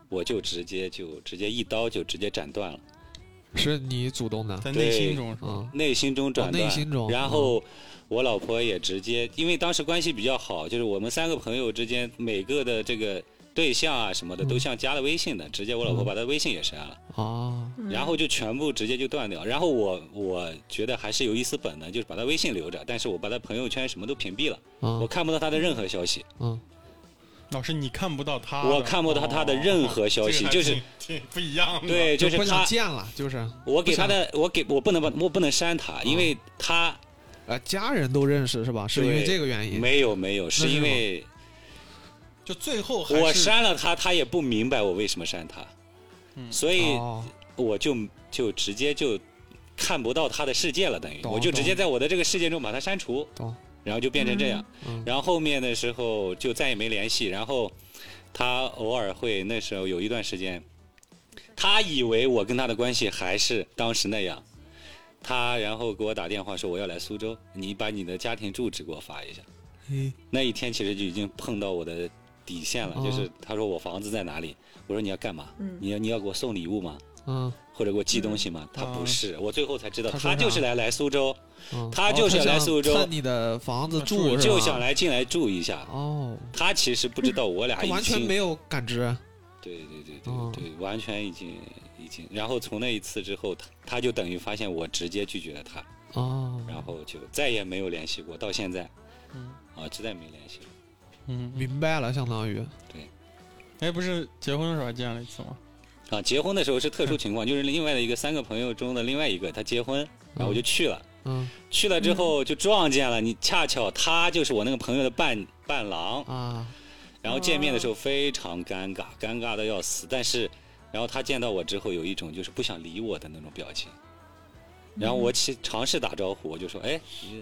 我就直接就直接一刀就直接斩断了。
是你主动的
在内心中是吧？
啊，
内心中转断，
哦内心中
然后我老婆也直接，因为当时关系比较好，就是我们三个朋友之间每个的这个对象啊什么的，
嗯
都像加了微信的，直接我老婆
嗯
把她微信也删了，
啊，
嗯
然后就全部直接就断掉。然后我我觉得还是有一丝本能，就是把她微信留着，但是我把她朋友圈什么都屏蔽了，我
嗯
看不到她的任何消息。
嗯，
老师，你看不到他的，
我看不到他的任何消息
哦
就是
这个还挺挺不一样的。
对，就
嗯
是
不想
她，
见了，就是
我给她的，我给我不能把我不能删
嗯
她，因为她
呃，家人都认识是吧？是因为
对
这个原因
没有没有，是
哎那是
因
吗
为。
就最后还是
我删了他，他也不明白我为什么删他，
嗯
所以
哦，
我就就直接就看不到他的世界了，等于
懂
我就直接
懂
在我的这个世界中把他删除
懂，
然后就变成这样。
嗯
然后后面的时候就再也没联系，然后他偶尔会那时候有一段时间，他以为我跟他的关系还是当时那样。他然后给我打电话说我要来苏州，你把你的家庭住址给我发一下。
嘿
那一天其实就已经碰到我的底线了，
哦
就是他说我房子在哪里，我说你要干嘛？
嗯
你要你要给我送礼物吗？
嗯
或者给我寄东西吗？他不是，我最后才知道
哦他说
他就是来来苏州，
嗯，
他就是
哦
来
想
苏州
蹭你的房子
他
住
说
是吧？
就想来进来住一下。
哦，
他其实不知道我俩
嗯他
已
完全
经
没有感知，
对对对
哦
对对，完全已经已经。然后从那一次之后，他他就等于发现我直接拒绝了他，
哦，
然后就再也没有联系过，到现在
嗯
啊，就再也没联系了。
嗯，嗯
明白了，相当于
哎，不是结婚的时候还见了一次吗？
啊，结婚的时候是特殊情况，就是另外的一个三个朋友中的另外一个，他结婚，然后我就去了。
嗯
去了之后就撞见了你，恰巧他就是我那个朋友的伴伴郎，
啊，
然后见面的时候非常尴尬，尴尬的要死。但是，然后他见到我之后有一种就是不想理我的那种表情。然后我去尝试打招呼，我就说：“哎，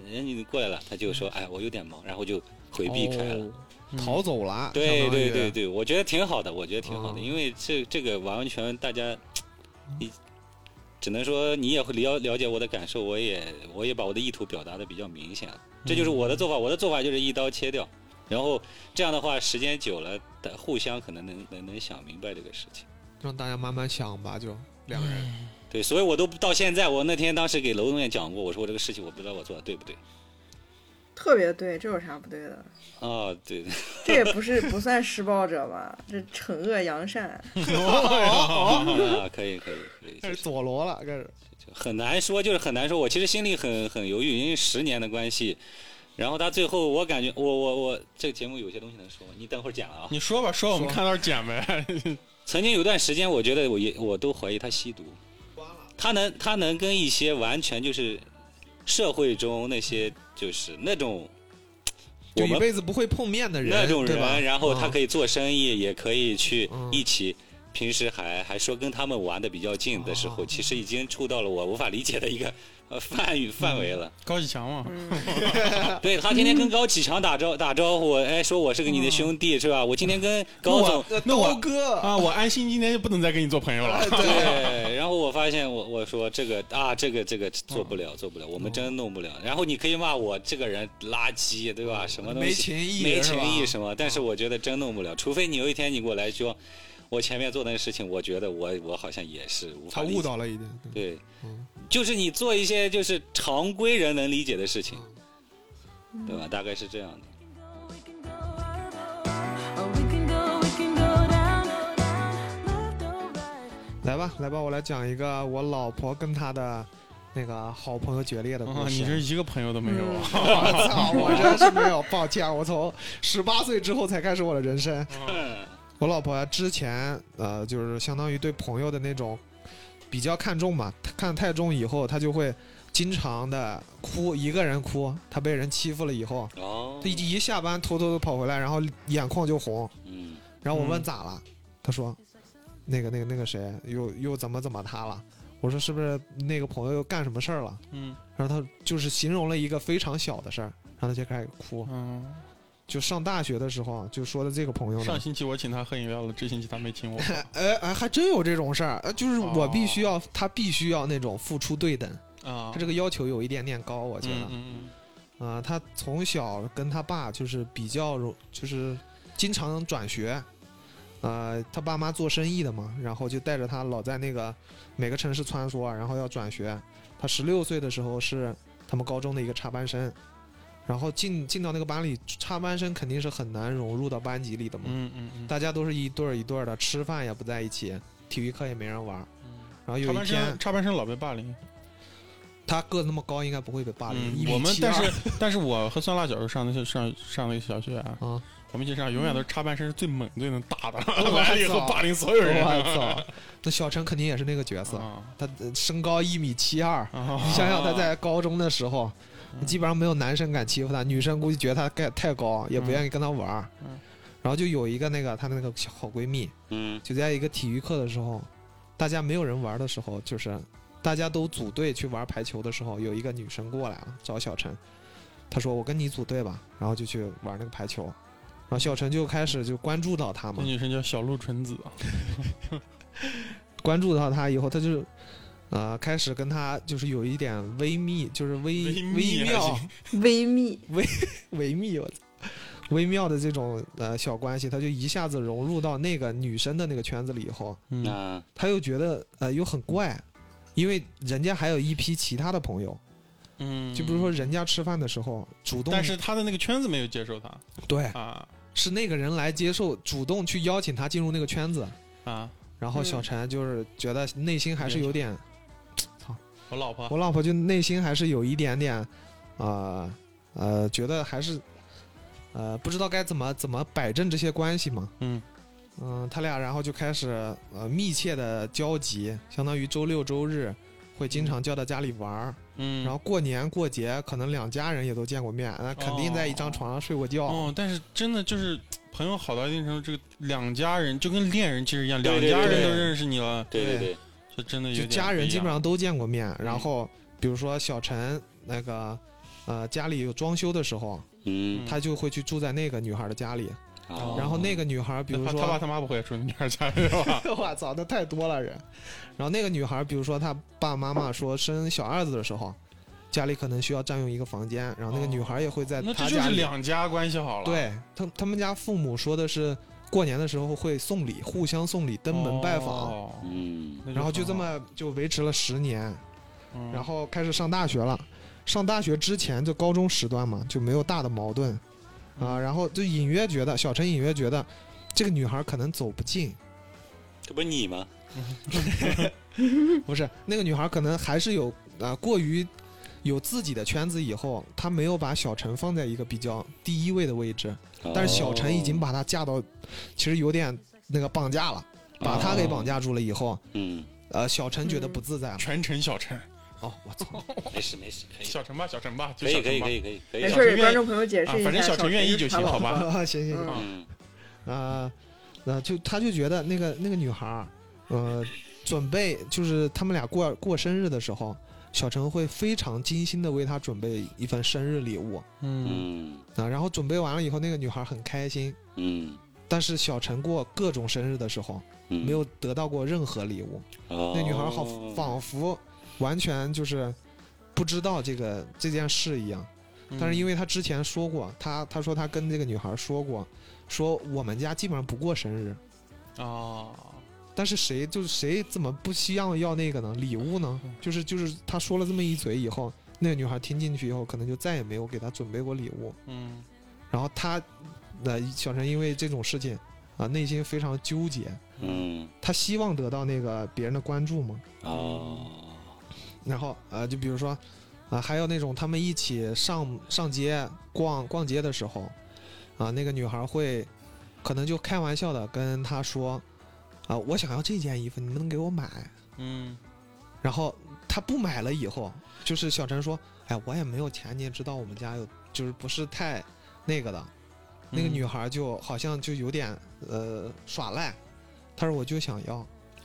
人你过来了。”他就说：“哎，我有点忙。”然后就回避开了。嗯
哦，逃走了，
对
相当于
对对，对，我觉得挺好的，我觉得挺好的，
哦
因为这这个完全大家，你只能说你也会了了解我的感受，我也我也把我的意图表达的比较明显了，这就是
嗯
我的做法，我的做法就是一刀切掉，然后这样的话时间久了，大互相可能能能能想明白这个事情。
让大家慢慢想吧，就两个人，
对，所以我都到现在，我那天当时给楼总也讲过，我说我这个事情我不知道我做的对不对
特别对，这有啥不对的？
啊、 对，
这也不是不算施暴者吧？这惩恶扬善，
哦
啊，可以可以可以，
开始
就是
佐罗了，开始，
很难说，就是很难说。我其实心里很很犹豫，因为十年的关系，然后他最后我感觉我我我这个节目有些东西能说吗？你等会儿剪了
嗯
啊。
你说吧，说我们
说
看到剪呗。
曾经有段时间，我觉得我也我都怀疑他吸毒，他能啊他能跟一些完全就是社会中那些就是那种
就
我
一
们
辈子不会碰面的人，
那种
对吧？
人，然后他可
以
以做生意，也可以去
嗯
一起。平时还还说跟他们玩的比较近的时候，
哦
其实已经触到了我无法理解的一个呃范围范围了。
高启强嘛，
啊
对他天天跟高启强打招打招呼，哎，说我是个你
嗯
的兄弟是吧？我今天跟高总
那我哎
刀哥，
啊，我安心今天就不能再跟你做朋友了。
对，然后我发现我我说这个啊，这个这个做不了，做不了，我们真弄不了。然后你可以骂我这个人垃圾，对吧？什么东西
没情义
没
是
情
吧啊
义什么？但是我觉得真弄不了，除非你有一天你给我来说，我前面做的事情，我觉得我我好像也是无
他
法理
悟
解。
到了一点，对
对
嗯，
就是你做一些就是常规人能理解的事情，
嗯
对吧？大概是这样的。
We can go our boat. Oh, we can go, we can go down, down, left or right.
来吧，来吧，我来讲一个我老婆跟她的那个好朋友决裂的故
哦
啊，
事。
你这一个朋友都没有啊？
我操！ 我真是没有，抱歉，我从十八岁之后才开始我的人生。
嗯
我老婆之前呃，就是相当于对朋友的那种比较看重嘛，她看太重以后，她就会经常的哭，一个人哭。她被人欺负了以后，
哦
她，一一下班偷偷的跑回来，然后眼眶就红。
嗯，
然后我问
嗯
咋了，她说那个那个那个谁又又怎么怎么她了。我说是不是那个朋友又干什么事儿了？
嗯
然后她就是形容了一个非常小的事儿，然后她就开始哭。
嗯，
就上大学的时候就说的这个朋友呢
上，星期我请他喝饮料了，这星期他没 请我。啊
哎哎，还真有这种事儿，呃就是我
哦
必须要，他必须要那种付出对等，
啊，
他这个要求有一点点高，我觉
嗯
得，
嗯
啊，他从小跟他爸就是比较容，就是经常转学，呃，他爸妈做生意的嘛，然后就带着他老在那个每个城市穿梭，然后要转学。他十六岁的时候是他们高中的一个插班生，然后进进到那个班里，插班生肯定是很难融入到班级里的嘛，
嗯嗯嗯嗯。
大家都是一对儿一对儿的，吃饭也不在一起，体育课也没人玩儿。
嗯
然后有
插
一
班
天
生，，插班生老被霸凌。
他个子那么高，应该不会被霸凌。
嗯
一米
我们
七
但
二
是但是我和酸辣小时候上那些上上那个小学啊，
啊，
我们一起上永远都是插班生是最猛最能打的，
我
来了以后
操
霸凌所有人。
我操， 那小陈肯定也是那个角 色，
啊！
他呃身高一米七二。
你
你想想，他在高中的时候，
嗯
基本上没有男生敢欺负他，女生估计觉得他太太高，也不愿意跟他玩儿
嗯。
然后就有一个那个她那个小好闺蜜，
嗯，
就在一个体育课的时候，大家没有人玩的时候，就是大家都组队去玩排球的时候，有一个女生过来了，找小陈，她说：“我跟你组队吧。”然后就去玩那个排球，然后小陈就开始就关注到她
这
嘛，
女生叫小鹿纯子啊，
关注到她以后，她就呃开始跟她就是有一点微密，就是微
微密啊还
微妙
行
微密，
微密，我操。微妙的这种呃小关系，她就一下子融入到那个女生的那个圈子里以后，
嗯
那
他又觉得呃又很怪，因为人家还有一批其他的朋友，
嗯，
就比如说，人家吃饭的时候主动，
但是他的那个圈子没有接受他
对，
啊
是那个人来接受主动去邀请他进入那个圈子，
啊！
然后小
嗯
陈就是觉得内心还是有点，
我老婆
我老婆就内心还是有一点点，呃呃，觉得还是呃不知道该怎么怎么摆正这些关系嘛，
嗯
嗯，他俩然后就开始呃密切的交集，相当于周六周日会经常叫到家里玩儿。
嗯，
然后过年过节，可能两家人也都见过面，那肯定在一张床上睡过觉。
哦，但是真的就是朋友好到一定程度，这个两家人就跟恋人其实一样，两
对对
家
对
人
对
都认识你了，
对对对，
就真的有
就
点
家人基本
不嗯
上都见过面。然后，比如说小陈那个，呃，家里有装修的时候，
嗯
嗯，
他就会去住在那个女孩的家里。
哦
然后那个女孩，比
一样他
如
他爸
说，
他妈不会住你女儿家是吧？
我操，那太多了人。然后那个女孩，比如说她爸爸妈妈说生小儿子的时候，家里可能需要占用一个房间，然后那个女孩也会 在
哦那
她
这就
家
是
里。
两家关系好了，
对他他们家父母说的是过年的时候会送礼，互相送礼，登门拜访，
哦，
嗯，
那
然后就
很
这
好，
么就维持了十年，
嗯
然后开始上大学了。上大学之前就高中时段嘛，就没有大的矛盾
嗯
啊，然后就隐约觉得小陈隐约觉得这个女孩可能走不近，
这不是你吗？
嗯
不是那个女孩可能还是有啊过于。有自己的圈子以后，她没有把小陈放在一个比较第一位的位置，
哦
但是小陈已经
把
把她架到，其实有点那个绑架了，把她给绑，
哦
架住了以后，
嗯，
呃，小陈觉得不自在了。
全程小陈，
哦，我操！
没事没事，可以
小陈吧，小陈吧，就
可以
小
可以
陈吧
可。以可以可以
没
小
事儿，
陈
给
愿
观众朋友解
啊
释一下，
反正小
小
陈愿意就行
好
好吧
啊，行行行，
嗯
嗯
啊，呃，就他就觉得那个那个女孩儿，呃，准备就是他们俩过过生日的时候，小陈会非常精心的为她准备一份生日礼物
嗯，
嗯
啊，然后准备完了以后，那个女孩很开心。
嗯
但是小陈过各种生日的时候，
嗯，
没有得到过任何礼物。
哦，
那女孩好仿佛完全就是不知道这个这件事一样。但是因
为
为他之前说过，他他说他跟这个女孩说过，说我们家基本上不过生日，
啊，
但是谁就是谁怎么不希望要那个呢？礼物呢
嗯？
就是就是他说了这么一嘴以后，那个女孩听进去以后，可能就再也没有给他准备过礼物。
嗯
然后他，呃，小陈因为这种事情啊，内心非常纠结。
嗯，
他希望得到那个别人的关注嘛。
哦，
然后呃，就比如说，啊、还有那种他们一起上上街逛逛街的时候，啊、那个女孩会可能就开玩笑的跟他说，啊、我想要这件衣服，你们能给我买？
嗯，
然后他不买了以后，就是小陈说，哎，我也没有钱，你也知道我们家有，就是不是太那个的。那个
嗯
女孩就好像就有点呃耍赖，她说我就想要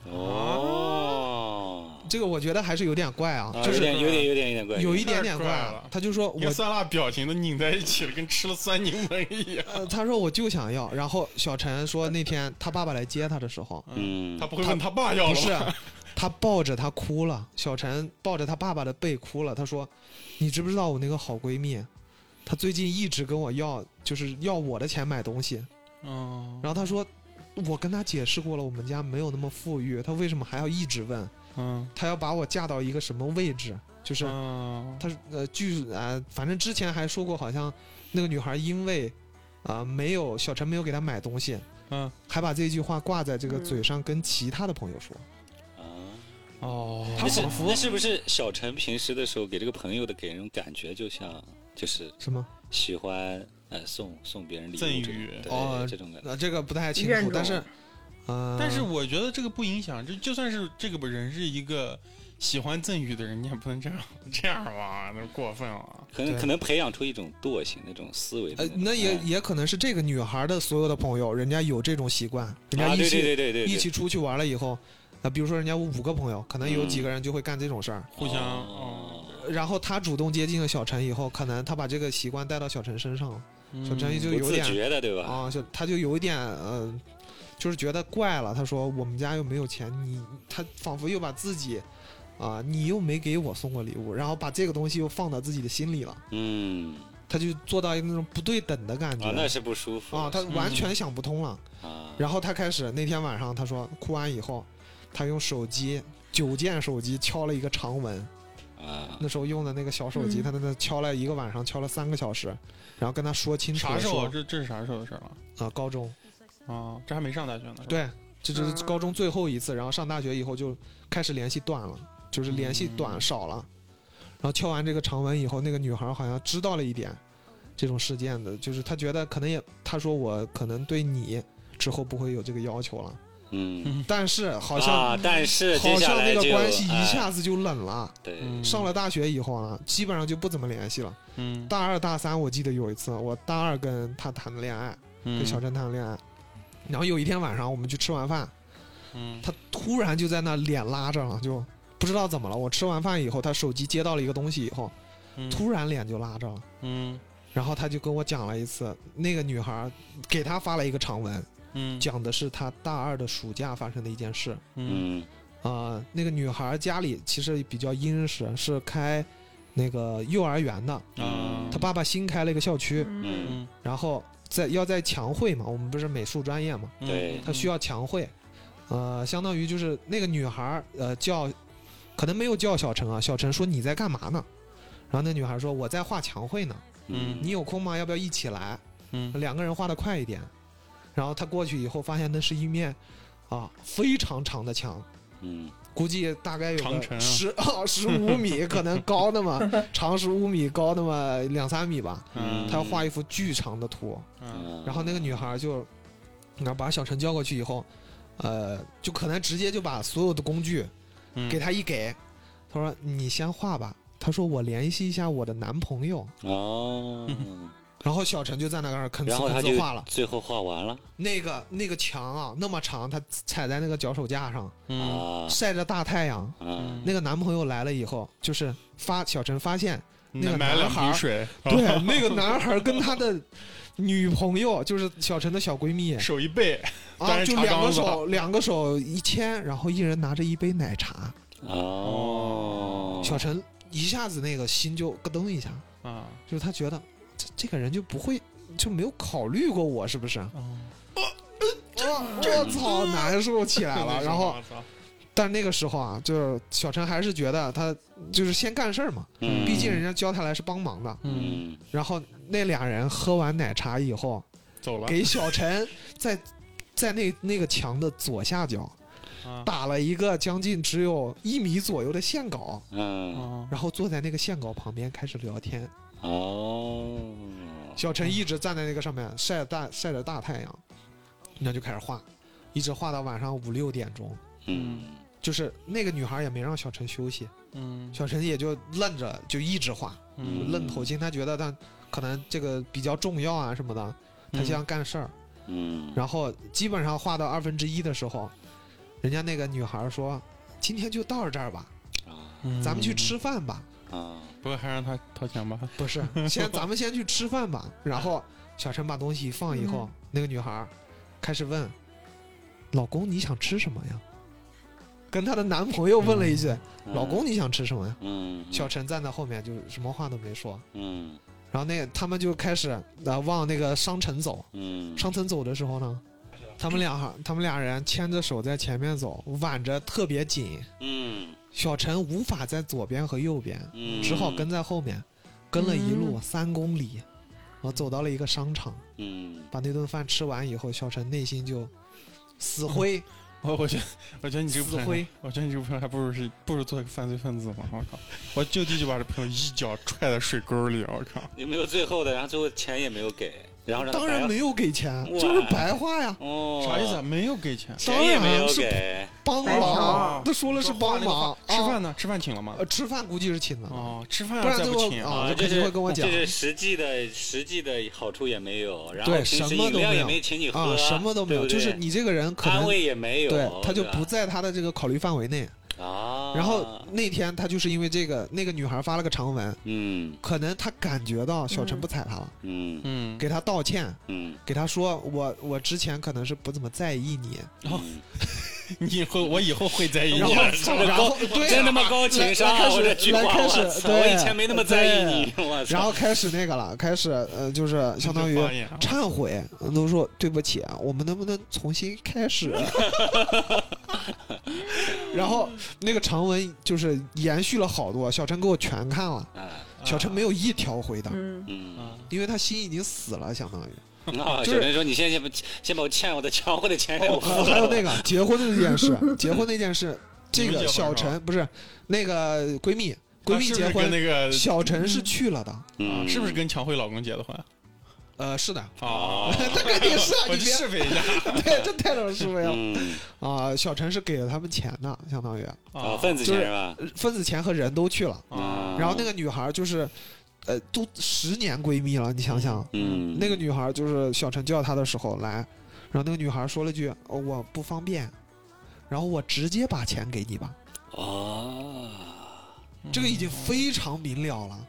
啊哦，
这个，我觉得还是有点怪啊，
啊
就
有
是
点有点有点有点怪，
有一点点啊
太怪了
她就说我
跟酸辣表情都拧在一起了，跟吃了酸柠檬一样。
呃，他说我就想要。然后小陈说那天他爸爸来接他的时候，
嗯，
他不会问他爸要了
不
吧
是，他抱着他哭了。小陈抱着他爸爸的背哭了。他说：“你知不知道我那个好闺蜜，她最近一直跟我要，就是要我的钱买东西。
嗯，
啊然后他说，我跟他解释过了，我们家没有那么富裕，他为什么还要一直问？
嗯，
他要把我架到一个什么位置？就是
嗯
他呃，据呃，反正之前还说过，好像那个女孩因为啊、呃没有小陈没有给她买东西，
嗯，
还把这句话挂在这个
嗯
嘴上，跟其他的朋友说。
啊，
哦，
他
那是
仿佛
那是不是小陈平时的时候给这个朋友的给人感觉就像就是
什么？
喜欢呃送送别人礼物
赠
这
予
种对
哦
这种感觉，
呃，这个不太清
怨
楚，
种
但是，呃，
但是我觉得这个不影响，这就算是这个人是一个喜欢赠予的人，你也不能这样这样吧，那过分了。
可能
对
可能培养出一种惰性那种思维的
呃
种，
那也
哎
也可能是这个女孩的所有的朋友，人家有这种习惯，人家
啊，
一
对
起、
对对对对，
一起出去玩了以后，呃，比如说人家有五个朋友，可能有几个人就会干这种事儿。
互相，
哦
然后他主动接近了小陈以后，可能他把这个习惯带到小陈身上了，
嗯
小陈就
不
有
自
点
觉的对吧？
啊，就他就有一点呃，就是觉得怪了。他说我们家又没有钱，你他仿佛又把自己啊、你又没给我送过礼物，然后把这个东西又放到自己的心里了，
嗯，
他就做到一个那种不对等的感觉
啊，那是不舒服
啊他完
嗯
全想不通了。
啊
然后他开始那天晚上，他说哭完以后，他用手机九键手机敲了一个长文，
啊
那时候用的那个小手机，
嗯
他在那敲了一个晚上，敲了三个小时，然后跟他说清楚
啥
了
时候
说
啊？
啊、
这这是啥时候的事儿了？
高中。
啊，这还没上大学呢。是吧，
对，这这是
嗯
啊
高中最后一次，然后上大学以后就开始联系断了，就是联系短
嗯
少了。然后敲完这个长文以后，那个女孩好像知道了一点这种事件的，就是她觉得可能也，她说我可能对你之后不会有这个要求了，
嗯，
但是好像、
啊，但是接
好
下
像
来
那个
就
关系一下
哎
子就冷了。
对
嗯
上了大学以后啊，基本上就不怎么联系了。
嗯，
大二、大三，我记得有一次，我大二跟他谈的恋爱，
嗯
跟小，郑谈的恋爱。然后有一天晚上，我们去吃完饭，
嗯
他突然就在那脸拉着了，就不知道怎么了。我吃完饭以后，他手机接到了一个东西以后，
嗯
突然脸就拉着了。
嗯
然后他就跟我讲了一次，那个女孩给他发了一个长文，
嗯
讲的是他大二的暑假发生的一件事。
嗯
嗯
啊、那个女孩家里其实比较殷实，是开那个幼儿园的。
啊，
嗯她爸爸新开了一个校区，
嗯
嗯
嗯
然后在要在强汇嘛，我们不是美术专业嘛，
嗯
对
他需要强会，呃，相当于就是那个女孩儿，呃，叫，可能没有叫小陈啊，小陈说你在干嘛呢？然后那女孩说我在画强会呢，
嗯
你有空吗？要不要一起来？
嗯
两个人画的快一点。然后他过去以后发现那是一面啊非常长的墙，
嗯
估计大概有
长
个
城啊
十 啊十五米，可能高那么长十五米，高那么两三米吧。
嗯
他要画一幅巨长的图，
嗯
嗯，
啊然后那个女孩就，然后把小陈叫过去以后，呃，就可能直接就把所有的工具
嗯
给他一给，他说你先画吧。他说我联系一下我的男朋友，
哦，
然后小陈就在那儿吭哧
然后他
吭
就
哧画了。
最后画完了
那个那个墙啊，那么长，他踩在那个脚手架上，
嗯
啊
晒着大太阳。
啊，
那个男朋友来了以后，就是发小陈发现，那个
买
男
两
孩儿
瓶水， 哦
哦
对，那个男孩跟他的女朋友，就是小陈的小闺蜜，
手一背，当
啊，
然
就
茶
两个
缸子了
手，两个手一牵，然后一人拿着一杯奶茶。
哦，
小陈一下子那个心就咯噔一下，
啊，
就是他觉得这这个人就不会就没有考虑过我是不是？
哦
我我操，难受起来了。然后，
啊
但那个时候啊，就是小陈还是觉得他就是先干事儿嘛，
嗯
毕竟人家叫他来是帮忙的。
嗯，
嗯
然后那俩人喝完奶茶以后，
走了，
给小陈在在那那个墙的左下角
啊
打了一个将近只有一米左右的线稿，
嗯，
啊
然后坐在那个线稿旁边开始聊天。
哦，
嗯小陈一直站在那个上面晒大晒着大太阳，然后就开始画，一直画到晚上五六点钟。
嗯，
就是那个女孩也没让小陈休息，
嗯
小陈也就愣着就一直画，就
嗯
愣头青。他觉得他可能这个比较重要啊什么的，他就想干事儿。
嗯，
然后基本上画到二分之一的时候，人家那个女孩说：“今天就到这儿吧，
啊
嗯
咱们去吃饭吧。
啊，
不会还让他掏钱吧？
不是，先咱们先去吃饭吧。然后小陈把东西一放以
嗯
后，那个女孩儿开始问：“老公，你想吃什么呀？”跟她的男朋友问了一句：“
嗯
老，公，你想吃什么呀？”
嗯，嗯
小，陈站在后面就什么话都没说。
嗯
然后那他们就开始呃往那个商城走。
嗯，
商城走的时候呢，他们俩他们俩人牵着手在前面走，挽着特别紧。
嗯
小陈无法在左边和右边，
嗯，
只好跟在后面，跟了一
嗯
路三公里，然后走到了一个商场，
嗯，
把那顿饭吃完以后，小陈内心就
嗯
死灰。
我我觉得，我觉得你这个
死
朋友
灰，
我觉得你这个朋友还不如是不如做个犯罪分子呢！我靠，我就地就把这朋友一脚踹在水沟里！我靠，
有没有最后的？然后最后钱也没有给，然后让他
当
白
然
了，
没有给钱，
哇
就是白花呀，
哦，
啥意思？啊？没有给钱？
钱也没有
当然是
给，
帮
白
忙
嫖。
他说了是帮忙，
吃
啊
饭呢？吃饭请了吗
呃，？吃饭估计是请的，啊
哦，吃饭
不
要
然
再
最
不
后
请，
啊，
啊
就
这
肯定
是
会跟我讲
这是实际的，实际的好处也没有，然后
对
平
什
时
么
饮
都
料
没
也
有
没请你喝，
啊，什么都没有，
对不
就是
对
你这个人可
安
能
慰也没有，
对他就
吧
不在他的这个考虑范围内。
啊。
然后那天他就是因为这个，那个女孩发了个长文，
嗯
可能他感觉到小陈
嗯
不睬他了，
嗯
嗯，
给他道歉，
嗯
给他说我我之前可能是不怎么在意你，
然后
嗯
你以后我以后会在意
然
你
后
哇
的。
这么
然
高
后对，
真他妈高情商
来来开
啊！
始
我这句话，
来开始
我操
对
我以前没那么在意你，我 操。
然后开始那个了，开始呃就是相当于
发言啊
忏悔，嗯都说对不起，啊我们能不能重新开始？ 然后那个长文就是延续了好多，小陈给我全看了，
啊
小陈没有一条回答，
嗯，
嗯，
啊
因为他心已经死了，相当于。
啊，
就是
有人说你先先把先把我欠我的抢我的
哎
钱给我付
哦还有
了，
还有那个结婚的那件事， 结婚那件事，这
你们
个
结婚
小
是吧
陈不是那个闺蜜，闺
啊
蜜
是不
结
是跟
婚，啊
那个
小陈是去了的，
啊
嗯，
是不是跟强辉老公结的婚？
呃，是的，
啊
哦，
那肯定是啊
我
你
去
别
试探一下
对，这太惹是非了
嗯
啊！小陈是给了他们钱的，相当于
啊，分子钱
就是
是吧？
呃分子钱和人都去了。
啊
啊，
然后那个女孩就是，呃，都十年闺蜜了，你想想，
嗯，
那个女孩就是小陈叫她的时候来，然后那个女孩说了句、哦我不方便。”然后我直接把钱给你吧，
哦，
这个已经非常明了了。
嗯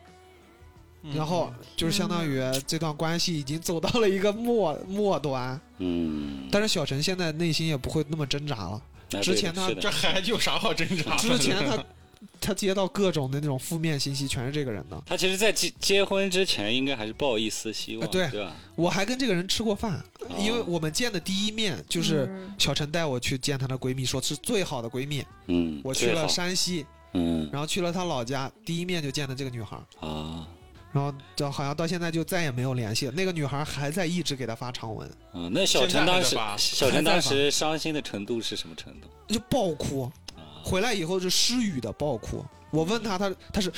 然后就是相当于这段关系已经走到了一个末末端，
嗯，
但是小陈现在内心也不会那么挣扎了。
哎
之
对
前
的
他
是的
这还有啥好挣扎的？
之前他他接到各种的那种负面信息，全是这个人的。
他其实，在结结婚之前，应该还是抱一丝希
啊
望，
对
对吧？
我还跟这个人吃过饭，因为我们见的第一面就是
嗯
小陈带我去见她的闺蜜，说是最好的闺蜜。
嗯，
我去
最
了
好，
山西，
嗯
然后去了她老家，第一面就见的这个女孩，
啊，
然后就好像到现在就再也没有联系了。那个女孩还在一直给他发长文，
嗯，那小
现在
陈
还
当
在
时
吧，
小
还
陈
在
当
吧
时伤心的程度是什么程度？
就爆哭。
啊，
回来以后是失语的爆哭。我问他，他他是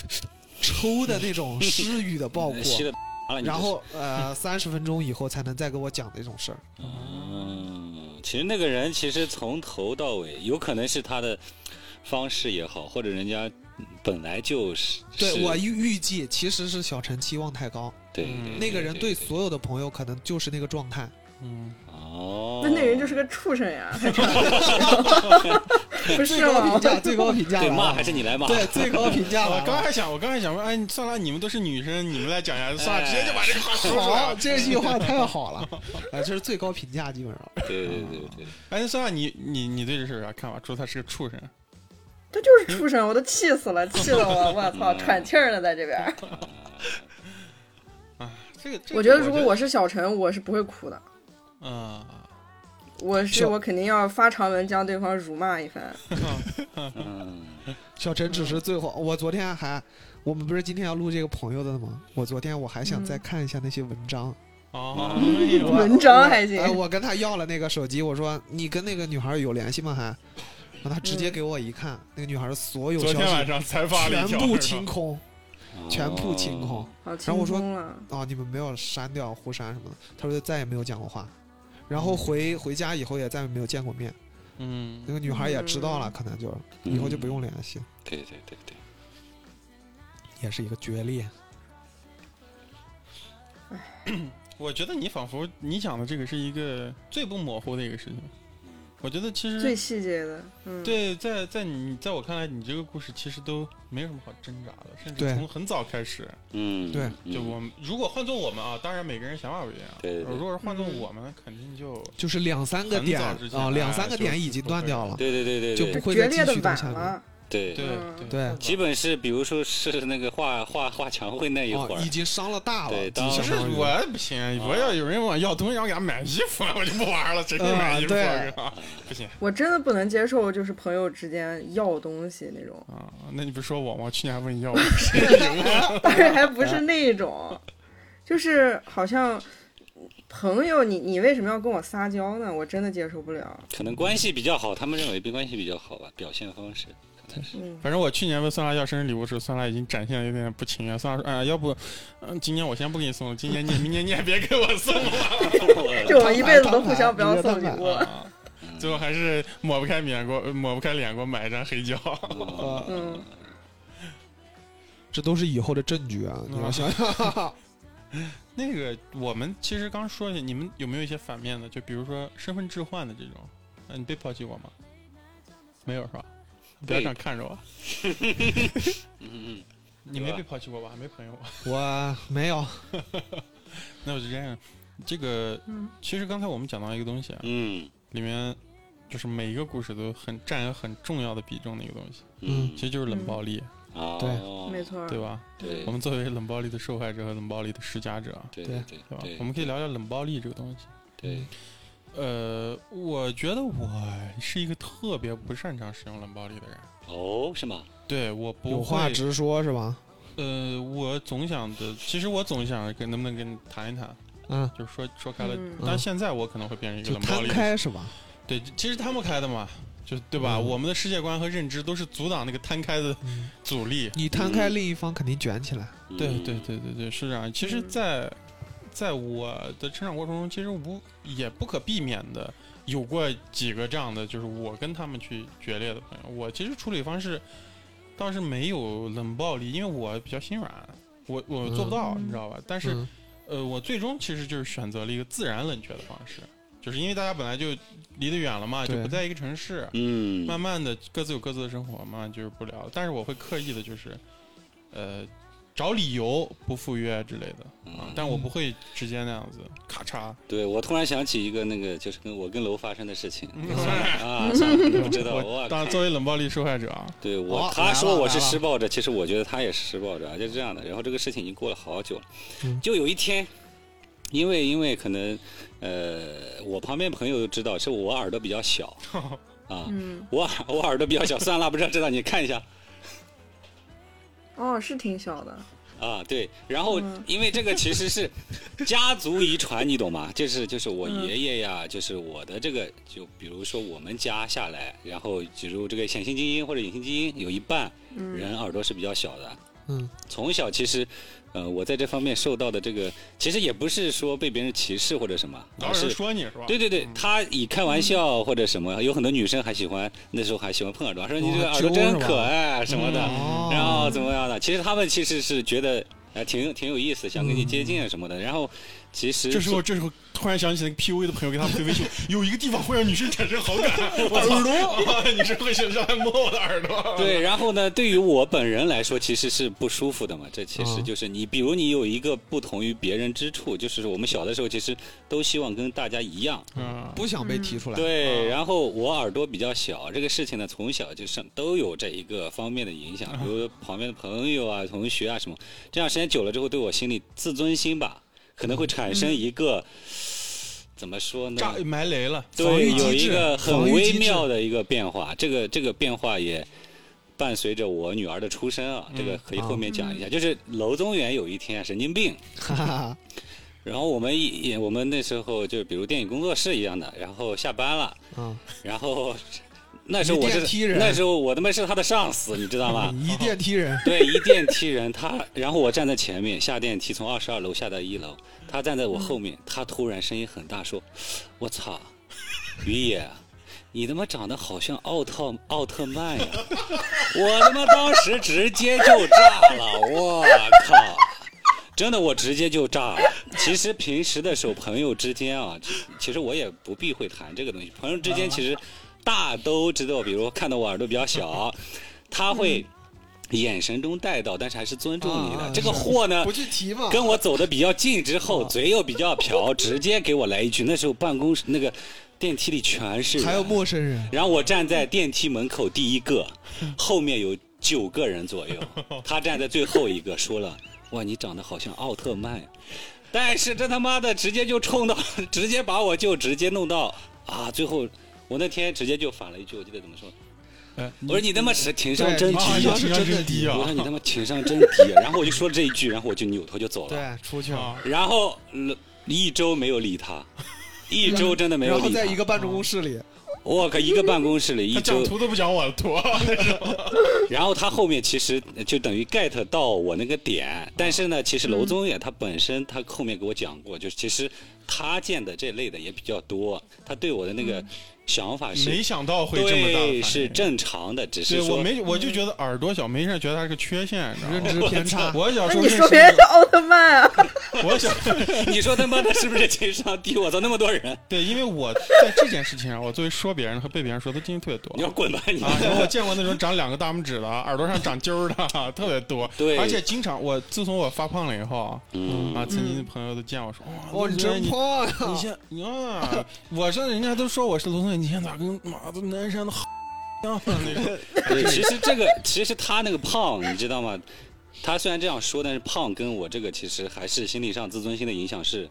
抽的那种失语的爆哭。
呃吸了 了你
然
这
后呃，三十分钟以后才能再给我讲这种事儿。
嗯，其实那个人其实从头到尾，有可能是他的方式也好，或者人家本来就是
对
是
我预预计其实是小陈期望太高，
对
嗯
那个人对所有的朋友可能就是那个状态。
嗯，
哦，
那那人就是个畜生 呀，不
最
是
高
吗
评？价，最高评 价
对
来
骂
了
还是你来骂？
对最高评价
我
来
刚
了。啊
还想，我刚还想说，哎，算了，你们都是女生，你们来讲一下，算了，直接就把这个话说出来
好，
了。
这句话太好了，啊，这是最高评价，基本上。
对对对对，
哎，算了，你你你对这事有啥看法？除了他是个畜生，
他就是畜生，我都气死了，气得我我操
嗯
喘气儿呢，在这边。
这个这个
我觉得如果我是小陈，我是不会哭的，
嗯，
我是
小
我肯定要发长文将对方辱骂一番。
嗯
小陈只是最后，我昨天
嗯
还，我们不是今天要录这个朋友的吗？我昨天我还想再看一下那些文章，
啊，
嗯
哎呦
文章还行
哎，我跟他要了那个手机，我说你跟那个女孩有联系吗？还，然后他直接
嗯
给我一看，那个女孩所有消
昨
息
天晚上才发了一条，
全部
是吧
清空全部清
哦
空
好
然后
轻
我说
松了。
啊！你们没有删掉互删什么的，他说再也没有讲过话。然
嗯
后回回家以后也再也没有见过面，
嗯
那，个女孩也知道了，
嗯
可能就以后就不用联系，
嗯对对对对，
也是一个决裂。
我觉得你仿佛你讲的这个是一个最不模糊的一个事情。我觉得其
最
实
细节的，嗯，，
对，在在你在我看来，你这个故事其实都没有什么好挣扎的，甚至
对
从很早开始，
嗯，
对
嗯
就我们如果换做我们啊，当然每个人想法不一样。
对对对
如果是换
嗯
做我们，肯定就
就是两三个点
很早之前
啊，两三
哎
个
就
点已经断掉了，啊
对对对对
就
对
不会
决
再
裂
继
的
续到下
晚
面。
了，
对
对
嗯
对
基本是比如说是那个画 画画墙绘那一会
哦，
儿
已，经伤了大了，
对
已
当
经
其
时
实
伤了
我也不行，
啊
我要有人问我要东西，让我给他买衣服，啊我就不玩了，谁给你买衣服啊？
嗯
不行
我真的不能接受，就是朋友之间要东西那种，
嗯
啊，那你不是说我吗？我去年还问你要，我
当然还不是那种，就是好像朋友你，你为什么要跟我撒娇呢？我真的接受不了。
可能关系比较好，他们认为关系比较好吧，表现 方式可能是
嗯，
反正我去年问酸辣要生日礼物时，酸辣已经展现了有点不情愿。酸辣说：“哎，要不，嗯，今年我先不给你送了，今年你明年你也别给我送了。
嗯
就我们一辈子都互相不要送礼物。
啊”最后还是抹不开脸给我抹不开脸给我买一张黑胶。
嗯
呃，
嗯，
这都是以后的证据啊！你要想想，
那个我们其实刚说一下，你们有没有一些反面的？就比如说身份置换的这种，呃你被抛弃过吗？没有是吧？不要这样看着我，
嗯
你没被抛弃过吧？没朋友吧？
我没有，
那我就这样。这个
嗯，
其实刚才我们讲到一个东西啊，
嗯
里面就是每一个故事都很占有很重要的比重的一个东西，
嗯
其实就是冷暴力，
啊，
没错，
对吧？
对
我们作为冷暴力的受害者和冷暴力的施加者，啊
对
对
对
对吧？
对，
我们可以聊聊冷暴力这个东西。
对
呃，我觉得我是一个特别不擅长使用冷暴力的人，
哦是吗？
对我不
有话
会。
直说是吧？
呃，我总想着，其实我总想跟能不能跟你谈一谈，
嗯，
就是说说开了。
嗯
但现在我可能会变成一个
就
冷暴
摊
力的
开是吧？
对，其实摊不开的嘛，就是对吧？
嗯
我们的世界观和认知都是阻挡那个摊开的
嗯
阻力。
你摊开，另一方肯定卷起来。
嗯
对对对对对，是这样。其实
嗯
在，在我的成长过程中，其实无也不可避免的有过几个这样的，就是我跟他们去决裂的朋友。我其实处理方式倒是没有冷暴力，因为我比较心软，我我做不到，
嗯
你知道吧？但是
嗯
呃，我最终其实就是选择了一个自然冷却的方式，就是因为大家本来就离得远了嘛，就
对
不在一个城市，
嗯，
慢慢的各自有各自的生活嘛，就是不聊。但是我会刻意的，就是呃找理由不赴约之类的啊
嗯，
但我不会直接那样子咔嚓。
对我突然想起一个那个，就是跟我跟楼发生的事情
嗯
啊，不知道
我
哇，
当作为冷暴力受害者啊，
对我
哦，
他
来
说
了
我是
来了
施暴者，其实我觉得他也是施暴者，啊，就是这样的。然后这个事情已经过了好久了，
嗯
就有一天，因为因为可能，呃，我旁边朋友都知道，是我耳朵比 较小啊，
嗯，
我耳我耳朵比较小，算了，不知道知道，你看一下
哦，是挺小的，
啊，对。然后
嗯
因为这个其实是家族遗传，你懂吗？就是就是我
嗯
爷爷呀，就是我的这个，就比如说我们家下来，然后比如这个显性基因或者隐性基因，有一半
嗯，
人耳朵是比较小的。
嗯
从小其实，呃，我在这方面受到的这个，其实也不是说被别人歧视或者什么，
老
而
有人
是
说你是吧？嗯
对对对，他以开玩笑或者什么，有很多女生还喜欢那时候还喜欢碰耳朵，说你这个耳朵真可爱啊什么的，
嗯
然后怎么样的，其实他们其实是觉得。哎，挺挺有意思，想跟你接近什么的。然后，其实
这时候，这时候突然想起那个 PUA 的朋友给他回微信，有一个地方会让女生产生 好感，我操， 女生会想让他摸我的耳朵。
对，然后呢，对于我本人来说，其实是不舒服的嘛。这其实
嗯
就是你，比如你有一个不同于别人之处，就是我们小的时候其实都希望跟大家一样，
嗯，
不想被提出来。
对，
啊
然后我耳朵比较小，这个事情呢，从小就是都有这一个方面的影响，比如旁边的朋友啊、同学啊什么，这样时间久了之后，对我心里自尊心吧，可能会产生一个、怎么说呢？
炸埋雷了。
防
对，
御机
有一
制
个
防
很
御
微
机制
妙的一个变化，这个这个变化也伴随着我女儿的出生啊，这个
嗯
哦
可以后面讲一下。就是娄宗元有一天啊神经病，
哈哈哈，
然后我们也我们那时候就比如电影工作室一样的，然后下班了，
啊，
然后那时候我
你电梯
是
人嗯
那时候我他妈是他的上司，你知道吗？
一电梯人，
对，一电梯人他，然后我站在前面，下电梯从二十二楼下到一楼，他站在我后面，他突然声音很大说：“我操，于野，你他妈长得好像奥特奥特曼呀！”我他妈当时直接就炸了，我靠！真的，我直接就炸了。其实平时的时候，朋友之间啊，其其实我也不避讳谈这个东西。朋友之间其实大都知道，比如看到我耳朵比较小，他会眼神中带到，但是还是尊重你
嗯啊
的。这个货 呢
不，去提嘛，
跟我走的比较近之后，嘴又比较瓢，直接给我来一句。那时候办公室那个电梯里全是人，
还有陌生人，
然后我站在电梯门口第一个，后面有九个人左右，他站在最后一个，说了：“哇，你长得好像奥特曼呀！”但是这他妈的直接就冲到， 直接把我就直接弄到啊！最后我那天直接就反了一句，我记得怎么说，
哎，
我说你他妈是情商真
对
低
啊，
你
你情
要！
呀
商真低啊
我！说你他妈情商真低呀！啊然后我就说了这一句，然后我就扭头就走了，
对，出去了，
啊，
然后呃一周没有理 他，一周真的没有
然后
理
在一
他，
个办
嗯
公室里，
我靠，一个办公室里一
他
周
讲图都不讲我的图，
然后他后面其实呃就等于 get 到我那个点，但是呢，其实娄宗远他本身他后面给我讲过，就是其实他见的这类的也比较多，他对我的那个想法是，
嗯没想到会这么大反
对
应，
是正常的，只
对
是
我
说
没我就觉得耳朵小，没事觉得它是个缺陷，你知道
嗯认
吗？
知偏差，
我小
那
时候
你
认识
说别人是奥特曼啊？
我小
你说他妈的是不是情商低？我操，那么多人，
对，因为我在这件事情上，我作为说别人和被别人说的经历特别多。
你要滚吧你！
啊，然后我见过那种长两个大拇指的，耳朵上长揪儿的， 特别多。
对
而且经常我自从我发胖了以后
嗯，
啊，曾经的朋友都见我说，哇，
哦，你真
嗯你
胖啊，
你现你啊，我说人家都说我是罗总，你现在咋跟妈的南山的样了那种？
对，其实这个其实他那个胖，你知道吗？他虽然这样说，但是胖跟我这个其实还是心理上自尊心的影响是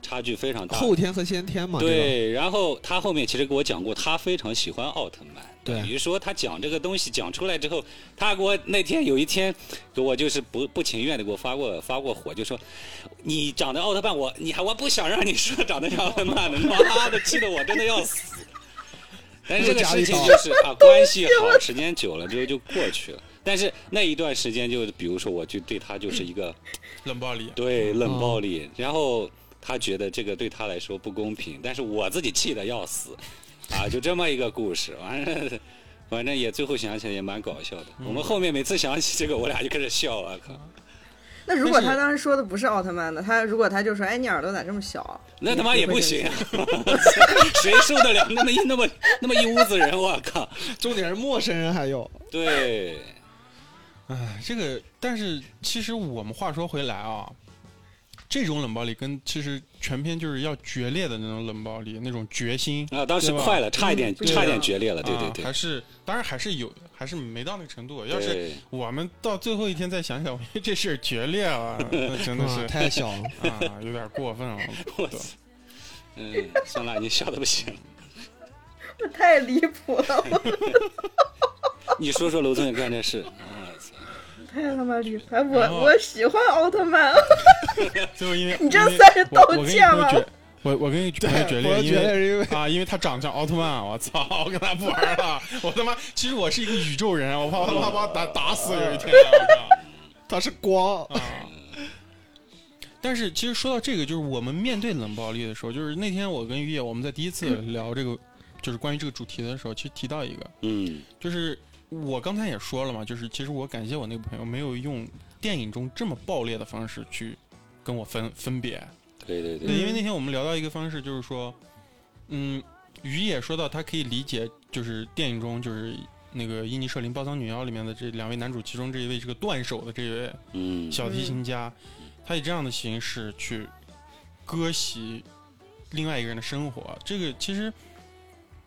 差距非常大的。
后天和先天嘛，吧，
对，然后他后面其实给我讲过，他非常喜欢奥特曼。
对
等于说他讲这个东西讲出来之后，他给我那天有一天给我就是不不情愿的给我发过发过火，就说你长得奥特曼，我你还我不想让你说长得像奥特曼的，妈的，气得我真的要死。 但是这个事情就是啊，关系好，时间久了之后就过去了。但是那一段时间就，比如说，我就对他就是一个
冷暴力。
对，冷
哦
暴力。然后他觉得这个对他来说不公平，但是我自己气得要死，啊，就这么一个故事。完了，反正也最后想起来也蛮搞笑的。我
嗯
们后面每次想起这个，我俩就开始笑啊，靠，
那如果
但
他
是
当时说的不是奥特曼呢？他如果他就说，哎，你耳朵咋这么小？
那他妈
你
也
会
不
这
行
样
啊， 谁受得了那么一那么那么一屋子人？我靠，
重点是陌生人还有，
对，
哎，这个，但是其实我们话说回来啊，这种冷暴力跟其实全篇就是要决裂的那种冷暴力，那种决心，
啊，当时
对吧
快了，差一点，
嗯
差
对
一点
啊
决裂了，对对
啊、还
对。
是当然还是有，还是没到那个程度。啊要是
对，
我们到最后一天再想想，我觉得这事儿决裂 了， 那真的
啊，
是
太小 了，
啊，有点过分了。
我操，嗯，算了，你笑的不行了。
这太离谱了，我
你说说楼总也干这事，啊我操。
太他妈离谱！哎
然后
我我喜欢奥特曼，
最后因为
你这
因为
算是
我
道歉吗
我我跟你朋友决
我
裂，
觉
因为
得是因为
啊，因为他长得像奥特曼，啊我操，我跟他不玩了，我他妈，其实我是一个宇宙人，我怕他妈把我打打死有一天，啊我
他是光，
靠啊！ 但是其实说到这个，就是我们面对冷暴力的时候，就是那天我跟于野我们在第一次
嗯
聊这个，就是关于这个主题的时候，其实提到一个，
嗯
就是我刚才也说了嘛，就是其实我感谢我那个朋友没有用电影中这么暴烈的方式去跟我分分别，，
对对
对，
对，
因为那天我们聊到一个方式，就是说，嗯，于也说到他可以理解，就是电影中就是那个《伊尼舍林暴丧女妖》里面的这两位男主，其中这一位是个断手的这位
嗯，
小提琴家，他以这样的形式去割席另外一个人的生活，这个其实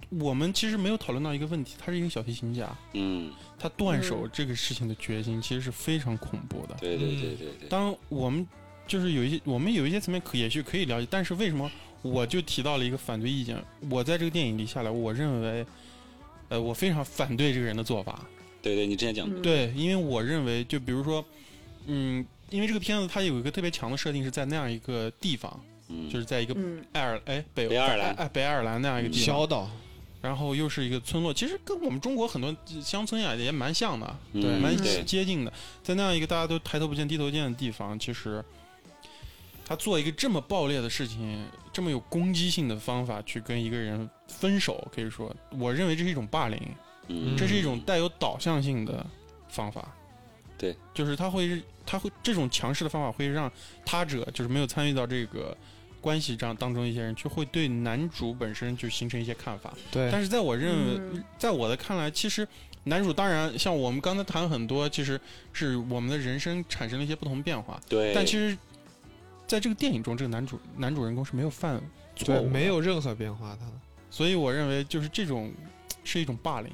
我们其实没有讨论到一个问题，他是一个小提琴家，
嗯，
他断手这个事情的决心其实是非常恐怖的。
对对对对对，
当我们就是有一些，我们有一些层面可也许可以了解，但是为什么我就提到了一个反对意见？我在这个电影里下来，我认为，呃，我非常反对这个人的做法。
对对，你之前讲过，
嗯
对，因为我认为，就比如说，嗯，因为这个片子它有一个特别强的设定是在那样一个地方，
嗯，
就是在一个
嗯，
爱尔哎北
北爱尔兰
哎北爱尔兰那样一个地方，
小岛，
然后又是一个村落，其实跟我们中国很多乡村呀也蛮像的，
嗯
对
蛮
对
接近的，在那样一个大家都抬头不见低头见的地方，其实他做一个这么暴烈的事情，这么有攻击性的方法去跟一个人分手，可以说，我认为这是一种霸凌，
嗯
这是一种带有导向性的方法。
对，
就是他会，他会这种强势的方法会让他者，就是没有参与到这个关系这样当中的一些人，就会对男主本身就形成一些看法。
对
但是在我认为，
嗯
在我的看来，其实男主当然像我们刚才谈很多，其实是我们的人生产生了一些不同变化，
对，
但其实在这个电影中，这个男主男主人公是啊没有犯错
对，
误，
没，有任何变化，它
所以我认为就是这种是一种霸凌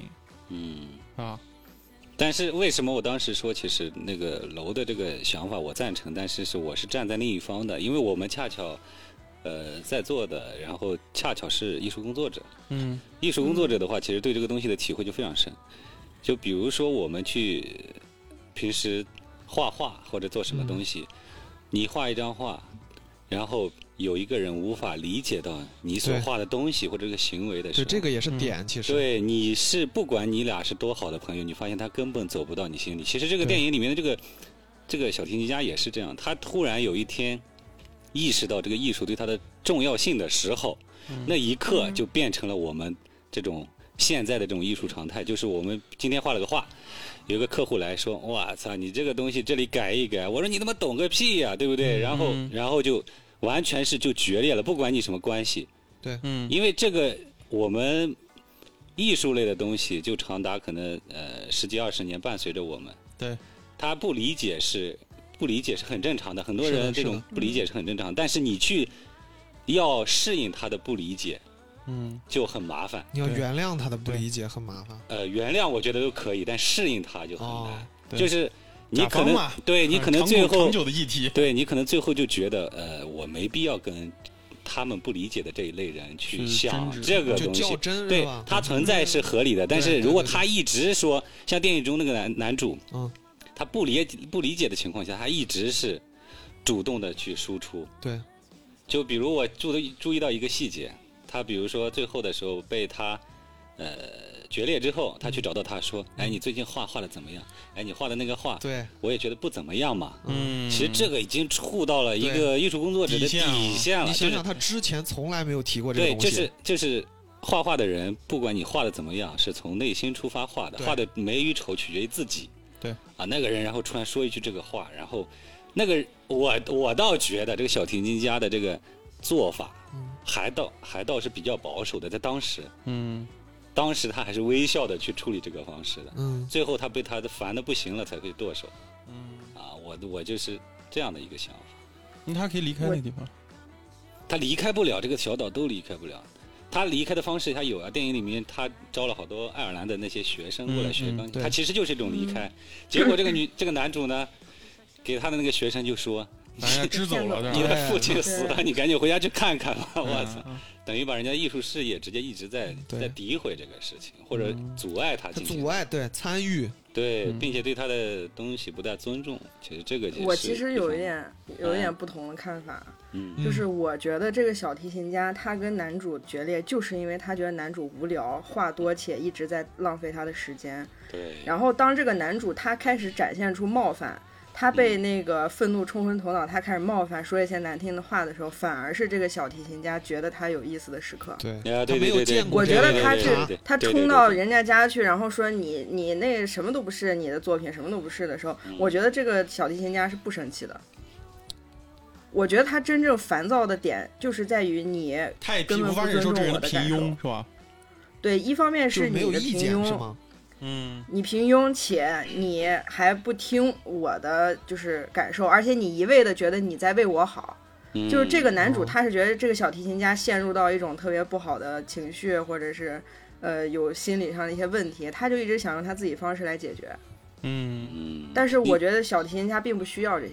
嗯，
啊，
但是为什么我当时说，其实那个楼的这个想法我赞成，但是是我是站在另一方的，因为我们恰巧，呃，在座的，然后恰巧是艺术工作者，
嗯
艺术工作者的话，其实对这个东西的体会就非常深。就比如说我们去平时画画或者做什么东西，
嗯
你画一张画，然后有一个人无法理解到你所
对
画的东西或者这个行为的时
对
候，
这个也是
嗯
点，其实
对你是不管你俩是多好的朋友，你发现他根本走不到你心里。其实这个
对
电影里面的这个这个小提琴家也是这样，他突然有一天意识到这个艺术对他的重要性的时候，
嗯
那一刻
嗯
就变成了我们这种现在的这种艺术常态，就是我们今天画了个画，有一个客户来说：“哇操，你这个东西这里改一改。”我说：“你他妈懂个屁呀、对不对？”然后
嗯
然后就完全是就决裂了，不管你什么关系，
嗯，
因为这个我们艺术类的东西就长达可能呃十几二十年伴随着我们。
对，
他不理解是不理解是很正常的，很多
是
人
的
这
是
种
的
不理解是很正常，但是你去要适应他的不理解
嗯
就很麻烦。
你要
对
原谅他的不
对
理解很麻烦。
呃，原谅我觉得都可以，但适应他就很难
哦。
对
就是你
甲
可
方
能
嘛
对你
嗯
可能
长
最
久
后
长久的议题，
对你可能最后就觉得，呃，我没必要跟他们不理解的这一类人去
去
想
争执
这个
就
东西
较。真是
对
吧，？
它存在是合理的，但是
对对
如果
对
他一直说像电影中那个男男主，
嗯，
他不理解不理解的情况下，他一直是主动的去输出。
对，
就比如我注意注意到一个细节，他比如说最后的时候被他呃决裂之后，他去找到他说：“哎，你最近画画的怎么样？哎，你画的那个画，
对，
我也觉得不怎么样嘛。”
嗯，
其实这个已经触到了一个艺术工作者的
底线了
底线了，
你
就
想
是
想，他之前从来没有提过这个
对，
东
就
西，
是就是画画的人，不管你画的怎么样，是从内心出发画的，
对
画的美与丑取决于自己。
对
啊，那个人然后突然说一句这个话，然后那个我我倒觉得这个小提琴家的这个做法
嗯，
还倒还倒是比较保守的，在当时，
嗯
当时他还是微笑的去处理这个方式的，
嗯，
最后他被他的烦的不行了才会剁手。
嗯，
啊，我我就是这样的一个想法。
那他可以离开那个地方，
他离开不了这个小岛，都离开不了。他离开的方式，他有啊，电影里面他招了好多爱尔兰的那些学生过来学钢
嗯
琴，
对
他其实就是一种离开。结果这个女这个男主呢，给他的那个学生就说
把人家支走 了，：“
你
对吧？
的父亲死了，你赶紧回家去看看吧！”
对
我操，
嗯嗯
等于把人家艺术事业直接一直在
对
在诋毁这个事情，或者阻碍他
他
进行
阻碍对参与，
对，
嗯
并且对他的东西不太尊重。其实这个也
我
是
其实有一
种，
点有一点不同的看法，
嗯
嗯
就是我觉得这个小提琴家他跟男主决裂，就是因为他觉得男主无聊、话多且一直在浪费他的时间。
对，
然后当这个男主他开始展现出冒犯，他被那个愤怒冲昏头脑，他开始冒犯说一些难听的话的时候，反而是这个小提琴家觉得他有意思的时刻。
对
啊，
他
对
没
对
有
对对
见，过
我
这
觉
个
得
对
他
对
是
对对
他
对对
冲
对
到
对
人家家去，然后说你你那什么都不是，你的作品什么都不是的时候，
嗯
我觉得这个小提琴家是不生气的。我觉得他真正烦躁的点就是在于你
他也无法忍受这个人的平庸，是吧？
对，一方面
就是
你
没有
的
意
平
见是
庸，
吗？
嗯
你平庸且你还不听我的就是感受，而且你一味的觉得你在为我好，
嗯
就是这个男主，
哦
他是觉得这个小提琴家陷入到一种特别不好的情绪，或者是呃有心理上的一些问题，他就一直想用他自己方式来解决。
嗯
嗯，
但是
你
我觉得小提琴家并不需要这些。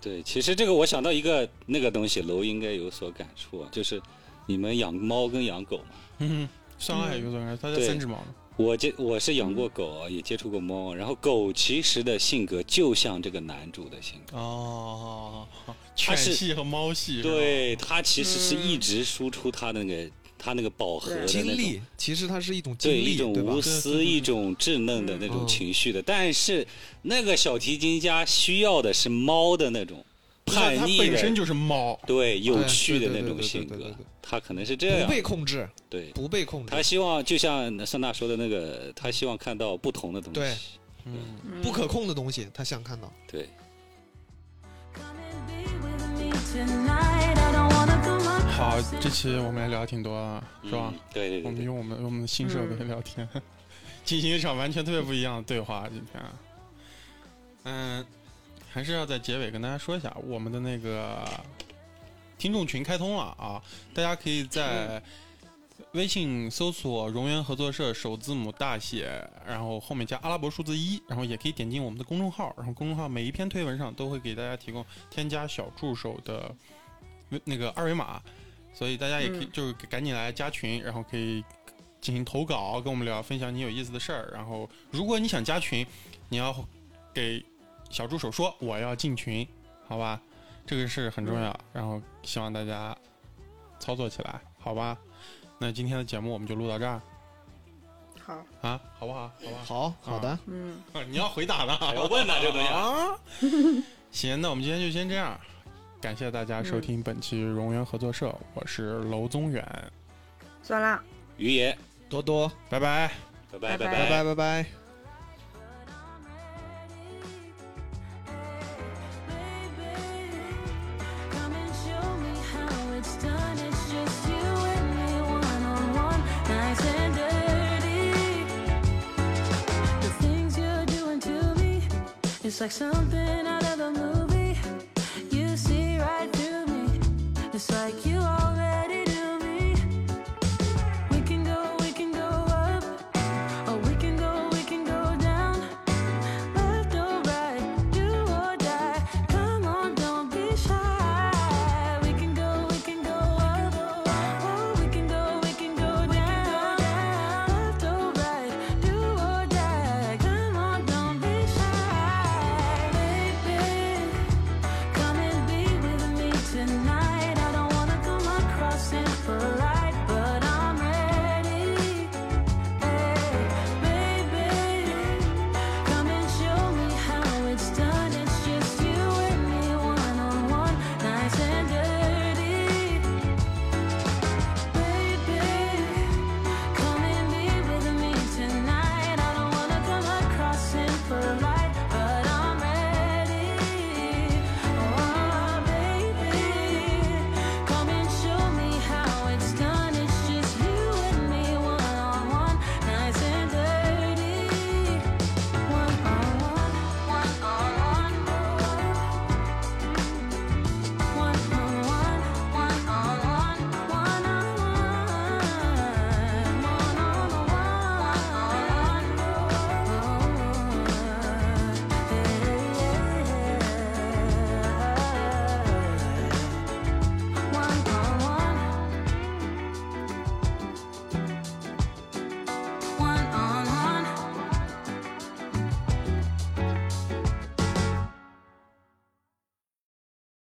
对，其实这个我想到一个那个东西，楼应该有所感触啊，就是你们养猫跟养狗嘛，
嗯，上海有段时间他在
对
三只猫，
我接我是养
嗯
过狗啊，也接触过猫，然后狗其实的性格就像这个男主的性格，
哦，
它
犬
是
系和猫系，
对，它其实
嗯
是一直输出它那个它那个饱和
对
的那
经
种
历，其实它是一种经
对一
历，
种
对吧嗯
无？
对对
私、
对
一种稚嫩的那种情绪的。但是那个小提琴家需要的是猫的那种叛
它
逆
本身
的，
就是猫，
对有趣的
对对
那
对
种
对
性
对对对
格
对对，
他可能是这
不
样。
被控制，
对，
不被控
他
制，
希望就像桑娜说的那个，他希望看到不同的东
对
西。
嗯，
嗯
不可控的东西，他想看到。
对，
Come and be with me tonight. I don't wanna come up.
好，这期我们也聊得挺多啊，是吧？
嗯？对对
我
对
们
对，
用我们用我们的新设备
嗯
聊天，进行一场完全特别不一样的对话。今天，嗯，还是要在结尾跟大家说一下，我们的那个听众群开通了啊，大家可以
嗯
在微信搜索“荣源合作社”首字母大写，然后后面加阿拉伯数字一，然后也可以点进我们的公众号，然后公众号每一篇推文上都会给大家提供添加小助手的微那个二维码，所以大家也可以
嗯
就是赶紧来加群，然后可以进行投稿，跟我们聊，分享你有意思的事儿。然后如果你想加群，你要给小助手说我要进群，好吧？这个是很重要，然后希望大家操作起来，好吧？那今天的节目我们就录到这儿
好，
啊，好不好？好吧。
好好
啊
的，
嗯，
你要回答呢？
还要哎问呢这东西
啊！ 行，那我们今天就先这样，感谢大家收听本期荣源合作社，我是娄宗远，
算啦。
于爷，
多多，
拜拜。
拜
拜拜
拜拜拜拜。
But I'm ready. Hey, baby, come and show me how it's done. It's just you and me, one on one, nice and dirty. The things you're doing to me, it's like something out of a movie. You see right through me. It's like you. Oh, Oh, Oh,